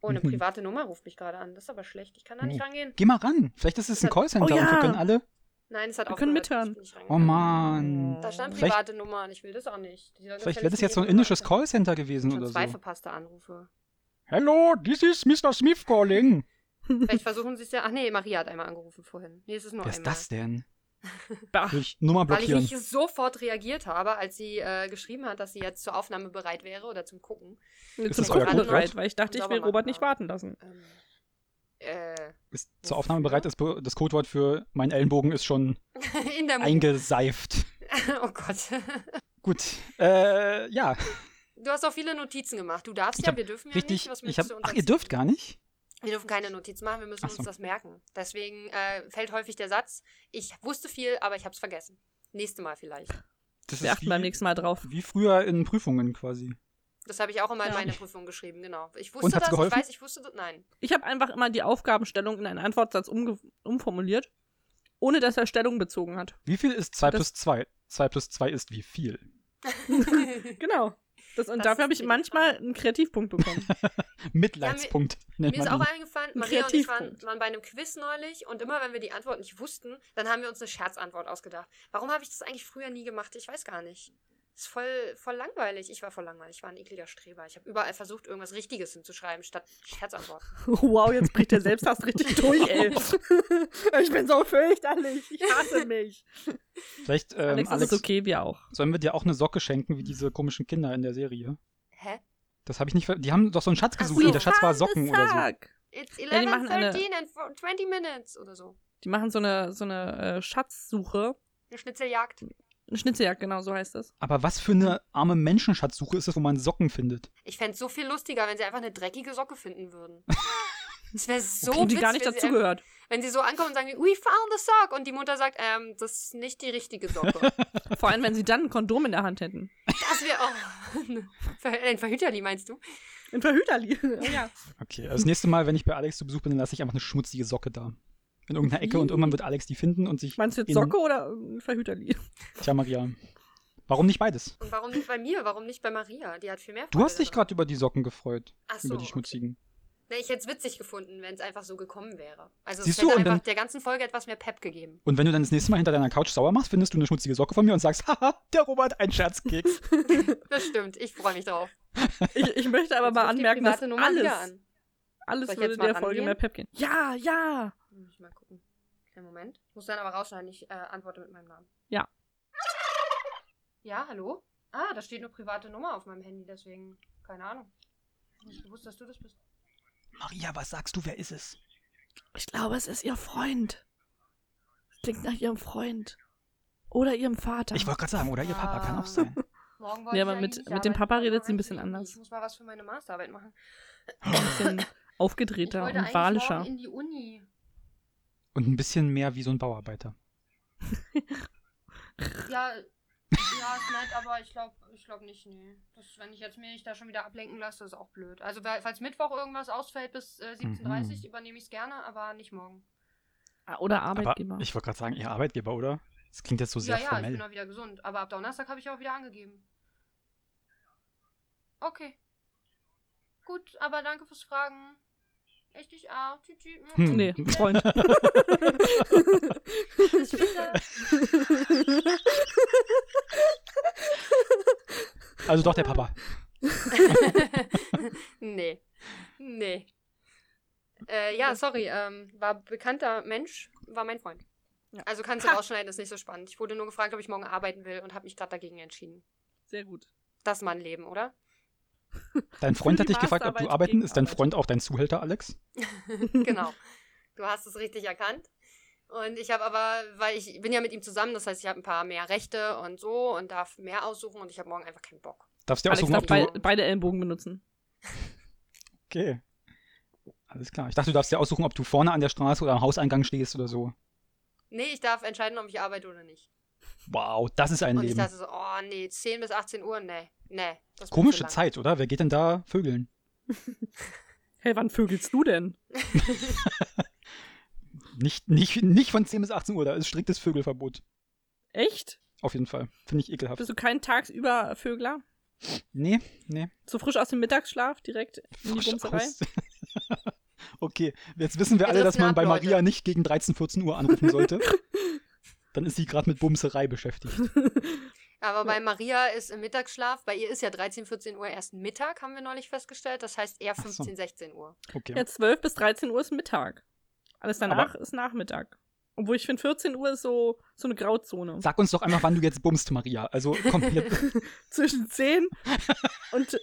B: Oh, eine
C: Mhm.
B: private Nummer ruft mich gerade an. Das ist aber schlecht. Ich kann da nicht
C: Oh.
B: rangehen.
C: Geh mal ran. Vielleicht ist es ein
B: Oh,
C: Callcenter und wir
A: ja.
C: können alle.
B: Nein, es hat
A: Wir
B: auch
A: können mithören.
C: Oh Mann.
B: Da stand
C: Vielleicht-
B: private Nummer und ich will das auch nicht. Die sollen
C: Vielleicht
B: das
C: wäre das jetzt so ein
B: verlinken, die
C: indisches
B: Nummer.
C: Callcenter gewesen
B: Schon
C: oder
B: zwei
C: so.
B: verpasste Anrufe.
C: Hello, this is Mr. Smith calling.
B: Vielleicht versuchen sie es ja. Ach nee, Maria hat einmal angerufen vorhin. Nee, es ist nur
C: Wer ist
B: einmal. [LAUGHS]
C: das denn?
A: Bah.
C: Würde ich Nummer
B: Weil ich
C: blockieren.
B: nicht sofort reagiert habe, als sie äh, geschrieben hat, dass sie jetzt zur Aufnahme bereit wäre oder zum Gucken.
A: Zum
C: das euer
A: Gucken
C: Code
A: bereit,
C: Red?
A: weil ich dachte, ich will
B: Sauber
A: Robert
B: machen,
A: nicht
B: ja.
A: warten lassen.
B: Ähm, äh, [LAUGHS]
C: Ist zur Aufnahme bereit ist be- das Codewort für mein Ellenbogen ist schon
B: in der Mu-
C: eingeseift. [LAUGHS]
B: [LAUGHS] Oh Gott.
C: Gut. Äh, ja,
B: Du hast auch viele Notizen gemacht. Du darfst
C: Ich
B: ja,
C: hab
B: wir dürfen ja
C: richtig.
B: nicht. Was
C: Ich
B: möchtest
C: hab,
B: du uns
C: ach, ihr dürft gar nicht?
B: Wir dürfen keine Notizen machen, wir müssen
C: Ach so.
B: uns das merken. Deswegen äh, fällt häufig der Satz, ich wusste viel, aber ich hab's vergessen. Nächste Mal vielleicht.
C: Das
A: Wir achten beim
C: wie,
A: nächsten Mal drauf.
C: wie früher in Prüfungen quasi.
B: Das habe ich auch immer in
A: Ja.
B: meine Prüfung geschrieben, genau. Ich
C: Und
B: wusste
C: hat's
B: das,
C: geholfen?
B: ich weiß, ich wusste das. Nein.
A: Ich habe einfach immer die Aufgabenstellung in einen Antwortsatz umge umformuliert, ohne dass er Stellung bezogen hat. [LAUGHS]
C: Wie viel ist 2
A: Das-
C: plus 2? 2 plus 2 ist wie viel?
B: [LAUGHS]
A: Genau. Das, und
B: Das
A: dafür
B: ist
A: habe ich
B: mir
A: manchmal einen Kreativpunkt bekommen.
C: Mitleidspunkt nennt
B: Mir ist auch
C: man ihn.
B: eingefallen,
A: Ein
B: Maria und ich waren,
A: Kreativpunkt.
B: waren bei einem Quiz neulich und immer wenn wir die Antwort nicht wussten, dann haben wir uns eine Scherzantwort ausgedacht. Warum habe ich das eigentlich früher nie gemacht? Ich weiß gar nicht. Ist voll, voll langweilig. Ich war voll langweilig. Ich war ein ekliger Streber. Ich habe überall versucht, irgendwas Richtiges hinzuschreiben, statt Scherzantworten.
A: [LAUGHS] wow, jetzt bricht der Selbsthass [LAUGHS] richtig durch, ey. ich bin so fürchterlich. Ich hasse mich.
C: Vielleicht, ähm,
A: Alex,
C: Alex,
A: das ist okay, wir auch.
C: sollen wir dir auch eine Socke schenken, wie diese komischen Kinder in der Serie?
B: Hä?
C: Das habe ich nicht ver Die haben doch so einen Schatz
B: Ach so.
C: gesucht und der Schatz war Socken oder so.
A: Zack.
B: It's
A: die machen
B: 11.13
A: eine-
B: and for 20 minutes oder so.
A: Die machen so eine, so eine äh, Schatzsuche.
B: Eine Schnitzeljagd.
A: Eine Schnitzeljagd, genau, so heißt das.
C: Aber was für eine arme Menschenschatzsuche ist es, wo man Socken findet?
B: Ich fände es so viel lustiger, wenn sie einfach eine dreckige Socke
A: [LAUGHS]
B: finden würden. Es wäre so
A: und die
B: witzig,
A: gar nicht
B: wenn sie
A: dazugehört.
B: einfach- Wenn sie so ankommen und sagen, we found the sock. Und die Mutter sagt, ähm, das ist nicht die richtige
A: [LAUGHS]
B: Socke.
A: Vor allem, wenn sie dann ein Kondom in der Hand hätten.
B: Das wäre auch... [LAUGHS] Ver ein Verhüterli, meinst du?
A: Ein Verhüterli. Oh [LAUGHS] ja.
C: Okay, also das nächste Mal, wenn ich bei Alex zu Besuch bin, dann lasse ich einfach eine schmutzige Socke da. In irgendeiner Ecke und irgendwann wird Alex die finden und sich.
A: Meinst du
C: in-
A: [LAUGHS] jetzt Socke oder ein Verhüterli?
C: Tja, Maria. Warum nicht beides?
B: Und warum nicht bei mir? Warum nicht bei Maria? Die hat viel mehr
C: Du hast
A: Äh,
C: dich
B: daran.
C: gerade über die Socken gefreut,
B: Ach so,
C: über die schmutzigen.
B: Okay. Nee, ich hätte es witzig gefunden, wenn es einfach so gekommen wäre. Also
C: Siehst
B: es
C: du,
B: hätte
C: und
B: einfach
C: dann-
B: der ganzen Folge etwas mehr Pep gegeben.
C: Und wenn du dann das nächste Mal hinter deiner Couch sauer machst, findest du eine schmutzige Socke von mir und sagst, [LAUGHS] haha, der Robert hat
A: [LAUGHS]
C: einen Scherzkeks.
B: Das stimmt, ich freue mich drauf.
A: Ich, Also ich möchte aber
B: Jetzt
A: mal
B: ruft die
A: anmerken, dass
B: private Nummer
A: alles,
B: wieder an.
A: alles
B: Soll ich
A: würde
B: jetzt mal
A: der Folge
B: rangehen?
A: mehr Pep gehen. Ja, ja.
B: Muss ich mal gucken. Kleinen Moment. Muss dann aber rausschneiden, ich äh, antworte mit meinem Namen.
A: Ja.
B: Ja, hallo? Ah, da steht nur private Nummer auf meinem Handy, deswegen, keine Ahnung. Ich hab nicht gewusst, dass du das bist.
C: Maria, was sagst du, wer ist es?
A: Ich glaube, es ist ihr Freund. Klingt nach ihrem Freund. Oder ihrem Vater.
C: Ich wollte gerade sagen, oder ihr Papa kann
A: [LAUGHS]
C: auch sein.
B: Morgen
A: Ja,
B: wollte
A: aber
B: ich
A: mit-
B: eigentlich
A: mit dem
B: arbeiten,
A: Papa
B: aber
A: redet sie ein
B: weiß ich
A: bisschen
B: nicht.
A: anders.
B: Ich muss mal was für meine Masterarbeit machen.
A: ein
C: [LAUGHS]
A: bisschen
B: Ich
A: aufgedrehter
B: wollte
A: und
B: eigentlich
A: walischer.
B: morgen in die Uni.
C: Und ein bisschen mehr wie so ein Bauarbeiter.
B: Ja, ja, ist nett, aber ich glaube ich glaub nicht, nee. Das, wenn ich jetzt mich da schon wieder ablenken lasse, ist auch blöd. Also weil- falls Mittwoch irgendwas ausfällt bis
C: Mhm.
B: äh, 17.30 übernehme ich es gerne, aber nicht morgen.
A: Oder
C: Aber
A: Arbeitgeber.
C: ich wollte gerade sagen, ihr Arbeitgeber, oder? Das klingt jetzt so sehr
B: ja, ja, ich
C: formell.
B: bin auch wieder gesund. Aber ab Donnerstag habe ich auch wieder angegeben. Okay. Gut, aber danke fürs Fragen. Echt dich auch. Tschüss. tschüss. [LAUGHS]
C: Hm. [LAUGHS]
A: nee, Freund.
B: Bis später.
C: Also doch der Papa.
B: [LAUGHS] nee. Nee. Äh, ja, sorry, ähm, war bekannter Mensch, war mein Freund.
A: Ja.
B: Also kannst du rausschneiden, ist nicht so spannend. Ich wurde nur gefragt, ob ich morgen arbeiten will und habe mich gerade dagegen entschieden.
A: Sehr gut.
B: Das ist mein Leben,
C: [LAUGHS]
B: oder?
C: Dein Freund
A: Für
C: hat
A: die
C: dich gefragt, ob du
A: Masterarbeit
C: arbeiten.
A: gegen
C: Ist dein
A: Arbeit.
C: Freund auch dein Zuhälter, Alex?
B: genau. Du hast es richtig erkannt. Und ich habe aber, weil ich bin ja mit ihm zusammen, das heißt, ich habe ein paar mehr Rechte und so und darf mehr aussuchen und ich habe morgen einfach keinen Bock.
C: Darfst du dir
A: Alex
C: aussuchen,
A: darf
C: ob
A: bei,
C: du.
B: du-
A: beide Ellenbogen benutzen.
C: Okay. Alles klar. Ich dachte, du darfst dir aussuchen, ob du vorne an der Straße oder am Hauseingang stehst oder so.
B: Nee, ich darf entscheiden, ob ich arbeite oder nicht.
C: Wow, das ist ein
B: und ich
C: Leben.
B: dachte so, oh nee, 10 bis 18 Uhr, nee, nee. das wird zu
C: Komische
B: lang.
C: Zeit, oder? Wer geht denn da vögeln?
A: Hey, wann vögelst du denn?
C: Nicht, nicht, nicht von 10 bis 18 Uhr, da ist striktes Vögelverbot.
A: Echt?
C: Auf jeden Fall. Finde ich ekelhaft.
A: Bist du kein tagsüber Vögler?
C: Nee, nee.
A: So frisch aus dem Mittagsschlaf direkt in die
C: Frisch
A: Bumserei?
C: aus. [LAUGHS] okay, jetzt wissen wir,
B: Wir
C: alle, dass
B: driften
C: man
B: ab,
C: bei
B: Leute.
C: Maria nicht gegen 13, 14 Uhr
B: [LAUGHS]
C: anrufen sollte. Dann ist sie gerade mit Bumserei beschäftigt.
B: Aber bei Maria ist im Mittagsschlaf, bei ihr ist ja 13, 14 Uhr erst Mittag, haben wir neulich festgestellt. Das heißt eher
C: so.
B: 15, 16 Uhr.
C: Okay.
A: Ja, 12 bis 13 Uhr ist Mittag. Alles danach ist Nachmittag. Obwohl ich finde, 14 Uhr ist so, so eine Grauzone.
C: Sag uns doch einfach, wann du jetzt bummst, Maria. Also komplett
B: [LAUGHS]
A: Zwischen
C: [LAUGHS]
A: 10 und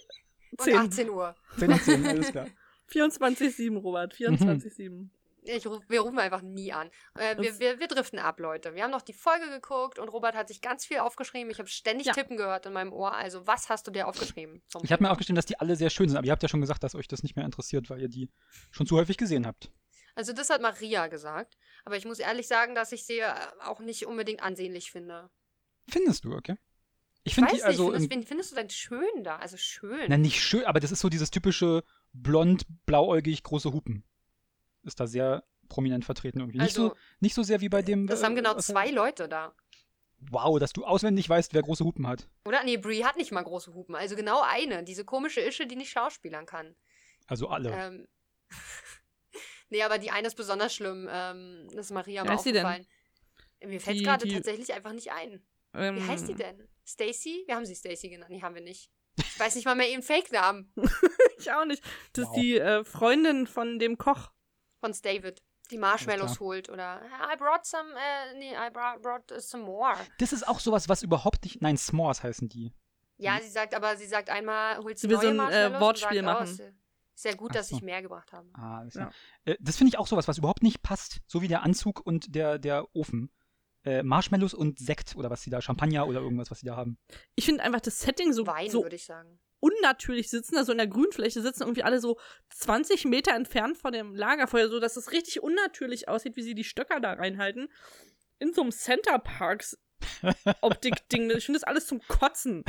B: Und
A: 10.
B: 18 Uhr.
C: 10 nach 10, alles klar.
A: 24-7, Robert. 24-7.
B: Ich ruf, wir rufen einfach nie an. Äh, wir,
A: Das-
B: wir, wir driften ab, Leute. Wir haben noch die Folge geguckt und Robert hat sich ganz viel aufgeschrieben. Ich habe ständig
A: Ja.
B: Tippen gehört in meinem Ohr. Also, was hast du dir aufgeschrieben? Zum
C: Ich habe mir aufgeschrieben, dass die alle sehr schön sind, aber ihr habt ja schon gesagt, dass euch das nicht mehr interessiert, weil ihr die schon zu häufig gesehen habt.
B: also, das hat Maria gesagt. Aber ich muss ehrlich sagen, dass ich sie äh, auch nicht unbedingt ansehnlich finde.
C: Findest du, okay? Ich
B: Ich
C: finde
B: weiß
C: die also.
B: nicht, findest,
C: im-
B: wen findest du denn schön da? Also, schön.
C: na, nicht schön, aber das ist so dieses typische blond, blauäugig, große Hupen. Ist da sehr prominent vertreten irgendwie. Nicht,
B: also,
C: so, nicht so sehr wie bei dem.
B: das
C: äh,
B: haben genau
C: was-
B: zwei Leute da.
C: Wow, dass du auswendig weißt, wer große Hupen hat.
B: Oder? Nee, Brie hat nicht mal große Hupen. Also genau eine. Diese komische Ische, die nicht schauspielern kann.
C: Also alle.
B: Ähm, [LAUGHS] nee, aber die eine ist besonders schlimm. Ähm, das ist Maria
A: Wer
B: mal
A: ist sie denn?
B: aufgefallen. Mir fällt
A: Die-
B: gerade
A: die-
B: tatsächlich einfach nicht ein.
A: Ähm,
C: Hm.
B: Wie heißt die denn? Stacy? Wir haben sie Stacy genannt. Nee, haben wir nicht. Ich weiß nicht mal mehr ihren Fake-Namen
A: Ich auch nicht. Das
C: Wow.
A: ist die äh, Freundin von dem Koch.
B: von David. Die
C: Alles
B: Marshmallows holt oder "Ah, I brought some, äh, nee, I brought, brought some more.
C: das ist auch sowas, was überhaupt nicht. Nein, S'mores heißen die. Hm.
B: Ja, sie sagt aber, sie sagt einmal, holst du
A: Sie will
B: neue
A: so ein, äh,
B: Marshmallows und
A: Wortspiel
B: sagt, oh,
A: machen.
B: ist ja- Ist ja gut,
C: Ach
B: dass
C: so.
B: ich mehr gebracht habe.
C: Ah, alles
A: Ja.
C: klar. Äh, das finde ich auch sowas, was überhaupt nicht passt, so wie der Anzug und der, der Ofen. Äh, Marshmallows und Sekt oder was sie da, Champagner oder irgendwas, was sie da haben.
A: Ich finde einfach das Setting so,
B: Wein,
A: so
B: würde ich sagen.
A: unnatürlich sitzen, also in der Grünfläche sitzen irgendwie alle so 20 Meter entfernt von dem Lagerfeuer, so dass es richtig unnatürlich aussieht, wie sie die Stöcker da reinhalten. In so einem Center Parks Optik-Ding. Ich finde das alles zum [LAUGHS] Kotzen.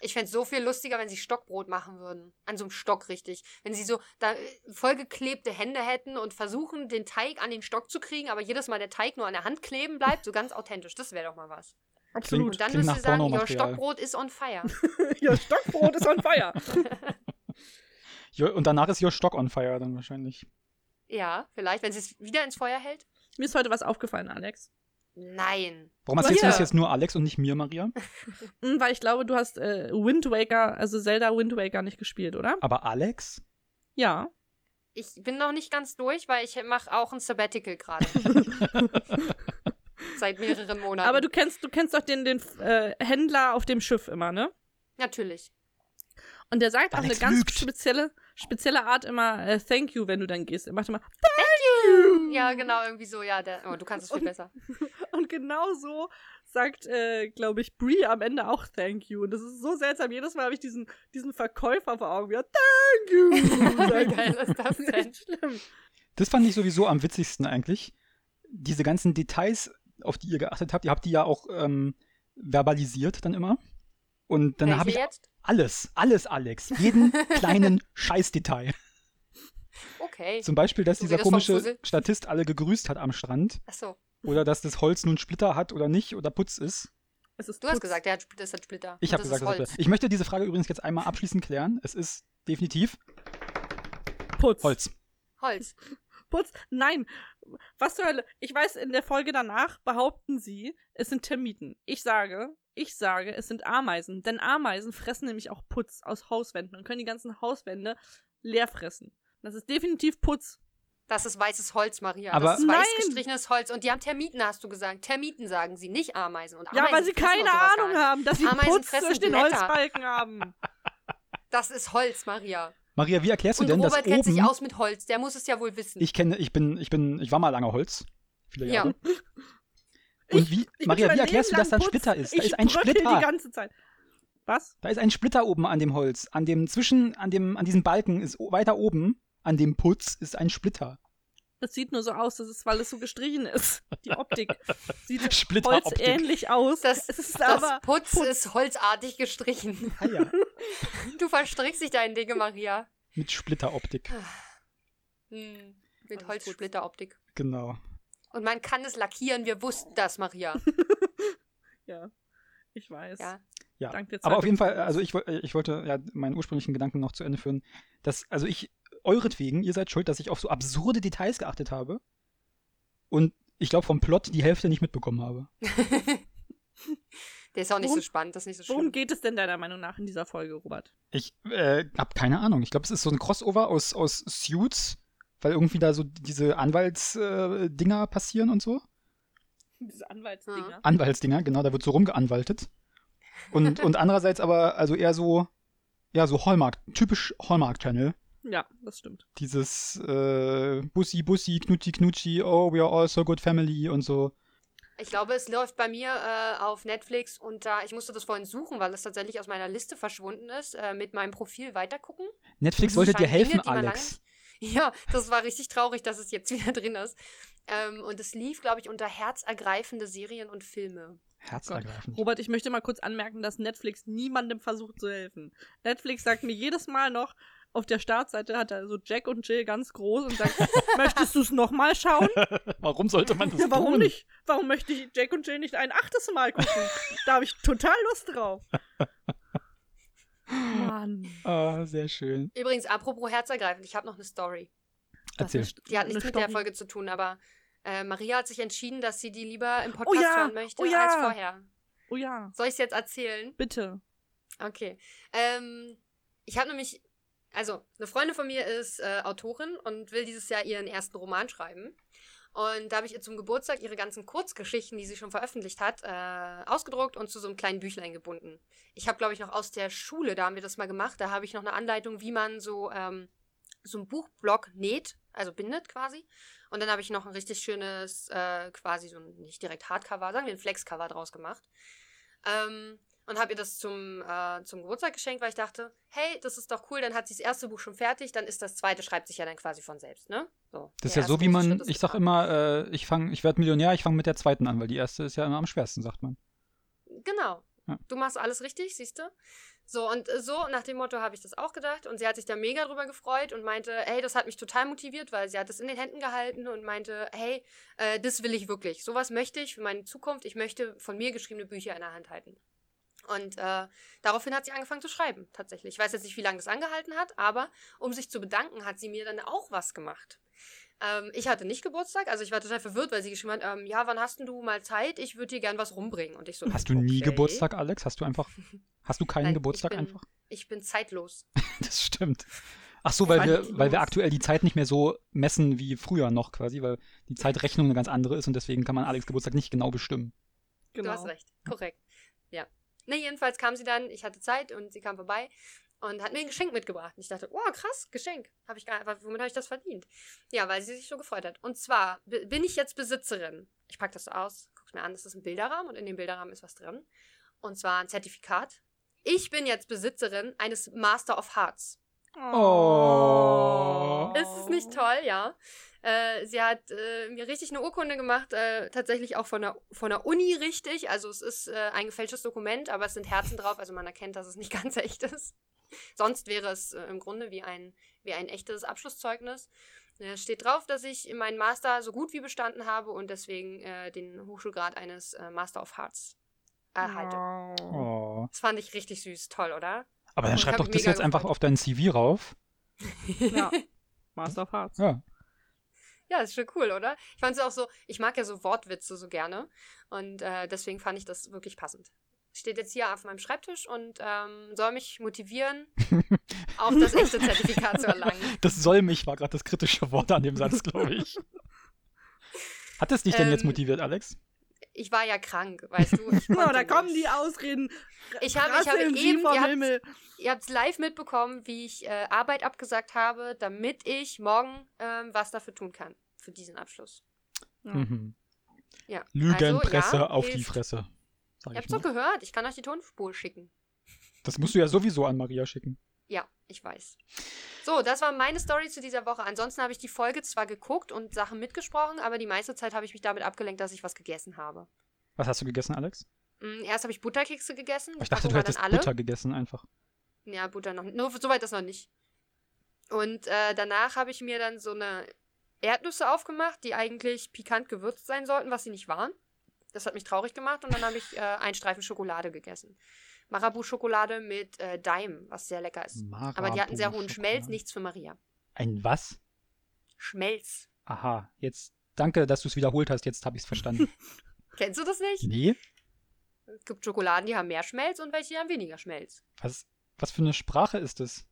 B: Ich fände es so viel lustiger, wenn sie Stockbrot machen würden. An so einem Stock, richtig. Wenn sie so da äh, vollgeklebte Hände hätten und versuchen, den Teig an den Stock zu kriegen, aber jedes Mal der Teig nur an der Hand kleben bleibt, so ganz authentisch. Das wäre doch mal was.
A: Absolut.
B: Und dann
C: Klingt
B: müsst ihr
C: nach
B: sagen, ja,
C: Pornomaterial.
B: Stockbrot ist on fire.
C: [LAUGHS]
A: Ihr Stockbrot ist on fire.
C: Jo- Und danach ist Your Stock on Fire dann wahrscheinlich.
B: ja, vielleicht, wenn sie es wieder ins Feuer hält.
A: Mir ist heute was aufgefallen, Alex.
B: Nein.
C: Warum
A: Aber
C: erzählst du das
A: hier-
C: jetzt nur Alex und nicht mir, Maria?
A: Hm, Weil ich glaube, du hast äh, Wind Waker, also Zelda Wind Waker nicht gespielt, oder?
C: Aber Alex?
A: Ja.
B: Ich bin noch nicht ganz durch, weil ich mache auch ein Sabbatical
C: [LAUGHS]
B: gerade. Seit mehreren Monaten.
A: Aber du kennst, du kennst doch den, den äh, Händler auf dem Schiff immer, ne?
B: Natürlich.
A: Und der sagt auf
C: Alex
A: eine ganz
C: lügt.
A: spezielle, spezielle Art immer äh, Thank you, wenn du dann gehst. Er macht immer
B: Ja, genau, irgendwie so, ja. Der, oh, du kannst es viel
A: [LAUGHS]
B: besser.
A: Und genau so sagt, äh, glaube ich, Brie am Ende auch Thank you. Und das ist so seltsam. Jedes Mal habe ich diesen, diesen Verkäufer vor Augen. Ja, Thank
B: [LAUGHS]
A: you.
B: Wie
A: sagt er.
B: geil ist das
A: Das ist
B: denn?
A: echt schlimm.
C: Das fand ich sowieso am witzigsten eigentlich. Diese ganzen Details, auf die ihr geachtet habt, ihr habt die ja auch ähm, verbalisiert dann immer. Und dann
B: Welche
C: habe ich
B: jetzt?
C: alles, alles, Alex. Jeden kleinen Scheißdetail.
B: Okay.
C: Zum Beispiel, dass
B: So wie
C: dieser
B: das vom
C: komische
B: Fussel.
C: Statist alle gegrüßt hat am Strand.
B: Achso,
C: Oder dass das Holz nun Splitter hat oder nicht oder Putz ist.
A: Es ist
B: du hast
A: Putz.
B: gesagt, der hat, Spl- das hat Splitter.
C: Ich habe
B: Das ist
C: gesagt, das
B: Holz.
C: Holz. ich möchte diese Frage übrigens jetzt einmal abschließend klären. Es ist definitiv
A: Putz.
C: Holz.
B: Holz.
A: Putz. Nein. Was zur Hölle? Ich weiß, in der Folge danach behaupten sie, es sind Termiten. Ich sage, ich sage, es sind Ameisen. Denn Ameisen fressen nämlich auch Putz aus Hauswänden und können die ganzen Hauswände leer fressen. Das ist definitiv Putz.
B: Das ist weißes Holz, Maria.
C: Aber-
B: das ist
A: Nein!
B: weiß gestrichenes Holz. Und die haben Termiten, hast du gesagt. Termiten sagen sie, nicht Ameisen. Und
A: Ja,
B: Ameisen
A: weil sie
B: fressen
A: keine
B: doch sowas
A: Ahnung
B: gar nicht.
A: haben, dass sie
B: Ameisen
A: Putz
B: fressen
A: durch den
B: Blätter.
A: Holzbalken haben.
B: Das ist Holz, Maria.
C: Maria, wie erklärst du
B: Und
C: denn, dass
B: Robert
C: oben...
B: kennt sich aus mit Holz. Der muss es ja wohl wissen.
C: Ich kenne, ich bin, ich bin, ich war mal lange Holz. Viele
B: Ja.
C: Jahre. Und wie,
A: [LAUGHS] Ich
C: Maria,
A: bin schon
C: wie
A: mein
C: erklärst du,
A: Leben
C: dass da
A: lang
C: ein
A: putz.
C: Splitter ist? Da
A: Ich
C: ist ein
A: bröckel die
C: Splitter.
A: ganze Zeit. Was?
C: Da ist ein Splitter oben an dem Holz. An dem, zwischen, an dem, an diesem Balken ist o- weiter oben, an dem Putz ist ein Splitter.
A: Das sieht nur so aus, das ist, weil es so gestrichen ist. Die Optik
C: [LAUGHS]
A: sieht
C: Splitteroptik.
A: holzähnlich aus. [LAUGHS]
B: Das-
A: es ist
B: das
A: aber
B: Putz, ist holzartig gestrichen. [LAUGHS]
C: Ah, ja.
B: Du verstrickst dich deinen Dinge, Maria.
C: Mit Splitteroptik.
A: [LAUGHS]
B: Hm.
A: Alles
B: Mit
A: gut.
B: Holzsplitteroptik.
C: Genau.
B: Und man kann es lackieren. Wir wussten
A: [LAUGHS]
B: das, Maria.
A: ja, ich weiß.
B: Ja.
C: Ja.
A: Dank der
C: Aber auf jeden Fall,
A: Zeitung.
C: also ich, woll- ich wollte ja meinen ursprünglichen Gedanken noch zu Ende führen, dass, also ich, euretwegen, ihr seid schuld, dass ich auf so absurde Details geachtet habe und ich glaube vom Plot die Hälfte nicht mitbekommen habe.
B: Der ist auch nicht
A: Worum-
B: so spannend. Das ist nicht so
A: Worum
B: schlimm.
A: geht es denn deiner Meinung nach in dieser Folge, Robert?
C: Ich äh, habe keine Ahnung. Ich glaube, es ist so ein Crossover aus, aus Suits, weil irgendwie da so diese Anwaltsdinger äh, Dinger passieren und so.
A: [LAUGHS] Diese Anwaltsdinger.
C: Anwaltsdinger, genau, da wird so rumgeanwaltet. Und, und andererseits aber also eher so, ja, so Hallmark, typisch Hallmark-Channel.
A: Ja, das stimmt.
C: dieses äh, Bussi, Bussi, Knutschi, Knutschi, oh, we are all so good family und so.
B: Ich glaube, es läuft bei mir äh, auf Netflix und da, ich musste das vorhin suchen, weil es tatsächlich aus meiner Liste verschwunden ist, äh, mit meinem Profil weitergucken. [LAUGHS]
C: Netflix
B: Das
C: wollte dir
B: scheinen
C: helfen,
B: Dinge, die man
C: Alex.
B: Ja, das war richtig traurig, dass es jetzt [LAUGHS] wieder drin ist. Ähm, und es lief, glaube ich, unter herzergreifende Serien und Filme.
C: Herzergreifend.
A: Robert, ich möchte mal kurz anmerken, dass Netflix niemandem versucht zu helfen. Netflix sagt mir jedes Mal noch, auf der Startseite hat er so Jack und Jill ganz groß und [LAUGHS] sagt, möchtest du es nochmal schauen?
C: Warum sollte man das
A: Ja, warum nicht? Warum möchte ich Jack und Jill nicht ein achtes Mal gucken? da habe ich total Lust drauf. Mann.
C: Ah, sehr schön.
B: Übrigens, apropos herzergreifend, ich habe noch eine Story.
A: das ist
C: Erzähl.
A: eine-
B: Die hat
A: eine
B: nichts mit der
A: Story.
B: Folge zu tun, aber äh, Maria hat sich entschieden, dass sie die lieber im Podcast
A: Oh ja,
B: hören möchte
A: oh ja.
B: als vorher.
A: Oh ja,
B: Soll ich es jetzt erzählen?
A: bitte.
B: Okay. Ähm, ich habe nämlich, also eine Freundin von mir ist äh, Autorin und will dieses Jahr ihren ersten Roman schreiben. Und da habe ich ihr zum Geburtstag ihre ganzen Kurzgeschichten, die sie schon veröffentlicht hat, äh, ausgedruckt und zu so einem kleinen Büchlein gebunden. Ich habe, glaube ich, noch aus der Schule, da haben wir das mal gemacht, da habe ich noch eine Anleitung, wie man so, ähm, so einen Buchblock näht, also bindet quasi. Und dann habe ich noch ein richtig schönes, äh, quasi so ein, nicht direkt Hardcover, sagen wir ein Flexcover draus gemacht. Ähm, und habe ihr das zum, äh, zum Geburtstag geschenkt, weil ich dachte, hey, das ist doch cool, dann hat sie das erste Buch schon fertig, dann ist das zweite, schreibt sich ja dann quasi von selbst, ne? So,
C: Das ist
B: der
C: ja so,
B: erste
C: wie
B: große
C: man,
B: Schritt ist
C: ich sag
B: getan.
C: immer, äh, ich fang, ich werde Millionär, ich fange mit der zweiten an, weil die erste ist ja immer am schwersten, sagt man.
B: Genau.
C: Ja.
B: Du machst alles richtig, siehst du? So, und äh, so nach dem Motto habe ich das auch gedacht. Und sie hat sich da mega drüber gefreut und meinte, hey, das hat mich total motiviert, weil sie hat es in den Händen gehalten und meinte, hey, äh, das will ich wirklich. Sowas möchte ich für meine Zukunft. Ich möchte von mir geschriebene Bücher in der Hand halten. Und äh, daraufhin hat sie angefangen zu schreiben, tatsächlich. Ich weiß jetzt nicht, wie lange das angehalten hat, aber um sich zu bedanken, hat sie mir dann auch was gemacht. Ähm, ich hatte nicht Geburtstag, also ich war total verwirrt, weil sie geschrieben hat, ähm, ja, wann hast denn du mal Zeit? Ich würde dir gern was rumbringen. Und ich so,
C: Hast du nie
B: okay.
C: Geburtstag, Alex? Hast du
B: [LAUGHS]
C: einfach. Hast du keinen
B: Nein, ich
C: Geburtstag
B: bin-
C: einfach? [LAUGHS]
B: Ich bin zeitlos.
C: Das stimmt. Ach so, weil wir, weil wir
A: Quantenlos.
C: aktuell die Zeit nicht mehr so messen wie früher noch quasi, weil die Zeitrechnung eine ganz andere ist und deswegen kann man Alex Geburtstag nicht genau bestimmen.
A: Genau.
B: Du hast recht, korrekt. Ja. Ne, jedenfalls kam sie dann, ich hatte Zeit und sie kam vorbei und hat mir ein Geschenk mitgebracht. Und ich dachte, oh, krass, Geschenk. Hab ich gar, wa- womit habe ich das verdient? Ja, weil sie sich so gefreut hat. Und zwar b- bin ich jetzt Besitzerin. Ich packe das so aus, guck's mir an, das ist ein Bilderrahmen und in dem Bilderrahmen ist was drin. Und zwar ein Zertifikat. Ich bin jetzt Besitzerin eines Master of Hearts.
C: Oh.
B: Ist es nicht toll, ja. Äh, sie hat äh, mir richtig eine Urkunde gemacht, äh, tatsächlich auch von der, von der Uni richtig. Also es ist äh, ein gefälschtes Dokument, aber es sind Herzen drauf, also man erkennt, dass es nicht [LAUGHS] ganz echt ist. Sonst wäre es äh, im Grunde wie ein, wie ein echtes Abschlusszeugnis. Äh, steht drauf, dass ich meinen Master so gut wie bestanden habe und deswegen äh, den Hochschulgrad eines äh, Master of Hearts erhalte.
A: Oh.
C: Oh.
B: Das fand ich richtig süß, toll, oder?
C: Aber dann
B: Ich
C: schreib
B: hab
C: doch
B: mich
C: das
B: mega
C: jetzt einfach
B: gefreut.
C: auf deinen CV rauf.
B: [LAUGHS]
A: Ja. Master of Hearts.
C: Ja.
B: Ja, ist schon cool, oder? Ich fand es auch so, ich mag ja so Wortwitze so gerne. Und äh, deswegen fand ich das wirklich passend. Steht jetzt hier auf meinem Schreibtisch und ähm, soll mich
C: [LAUGHS]
B: motivieren, auch das echte Zertifikat zu erlangen.
C: Das soll mich, war gerade das kritische Wort an dem Satz,
B: [LAUGHS]
C: glaube ich. Hat es dich denn jetzt
B: Ähm,
C: motiviert, Alex?
B: Ich war ja krank, weißt du.
C: [LAUGHS]
B: Ich
A: Genau,
B: konnte
A: da kommen
B: nicht.
A: die Ausreden.
B: Ich habe, ich habe
A: Rasseln sie
B: eben,
A: vom
B: ihr
A: Himmel.
B: habt, ihr habt's live mitbekommen, wie ich äh, Arbeit abgesagt habe, damit ich morgen ähm, was dafür tun kann. Für diesen Abschluss.
A: Ja.
C: Mhm.
B: Ja.
C: Lügenpresse
B: also, ja,
C: auf die
B: hilft.
C: Fresse.
B: Ihr
C: Sag ich
B: habt's doch
C: mal.
B: gehört, ich kann euch die Tonspur schicken.
C: Das musst du ja sowieso an Maria schicken.
B: Ja, ich weiß. So, das war meine Story zu dieser Woche. Ansonsten habe ich die Folge zwar geguckt und Sachen mitgesprochen, aber die meiste Zeit habe ich mich damit abgelenkt, dass ich was gegessen habe.
C: Was hast du gegessen, Alex?
B: Mm, Erst habe ich Butterkekse gegessen.
C: Ich
B: Davon
C: dachte, du
B: waren
C: hättest
B: dann alle.
C: Butter gegessen einfach.
B: Ja, Butter noch nicht. Nur soweit das noch nicht. Und äh, danach habe ich mir dann so eine Erdnüsse aufgemacht, die eigentlich pikant gewürzt sein sollten, was sie nicht waren. Das hat mich traurig gemacht und dann habe ich äh, einen Streifen Schokolade gegessen. Marabu-Schokolade mit äh, Daim, was sehr lecker ist. Aber die hatten sehr hohen Schmelz,
C: Marabu-Schokolade.
B: nichts für Maria.
C: Ein was?
B: Schmelz.
C: Aha, jetzt danke, dass du es wiederholt hast. Jetzt habe ich es
B: [LAUGHS]
C: verstanden.
B: Kennst du das nicht?
C: nee,
B: Es gibt Schokoladen, die haben mehr Schmelz und welche die haben weniger Schmelz.
C: was, was für eine Sprache ist das?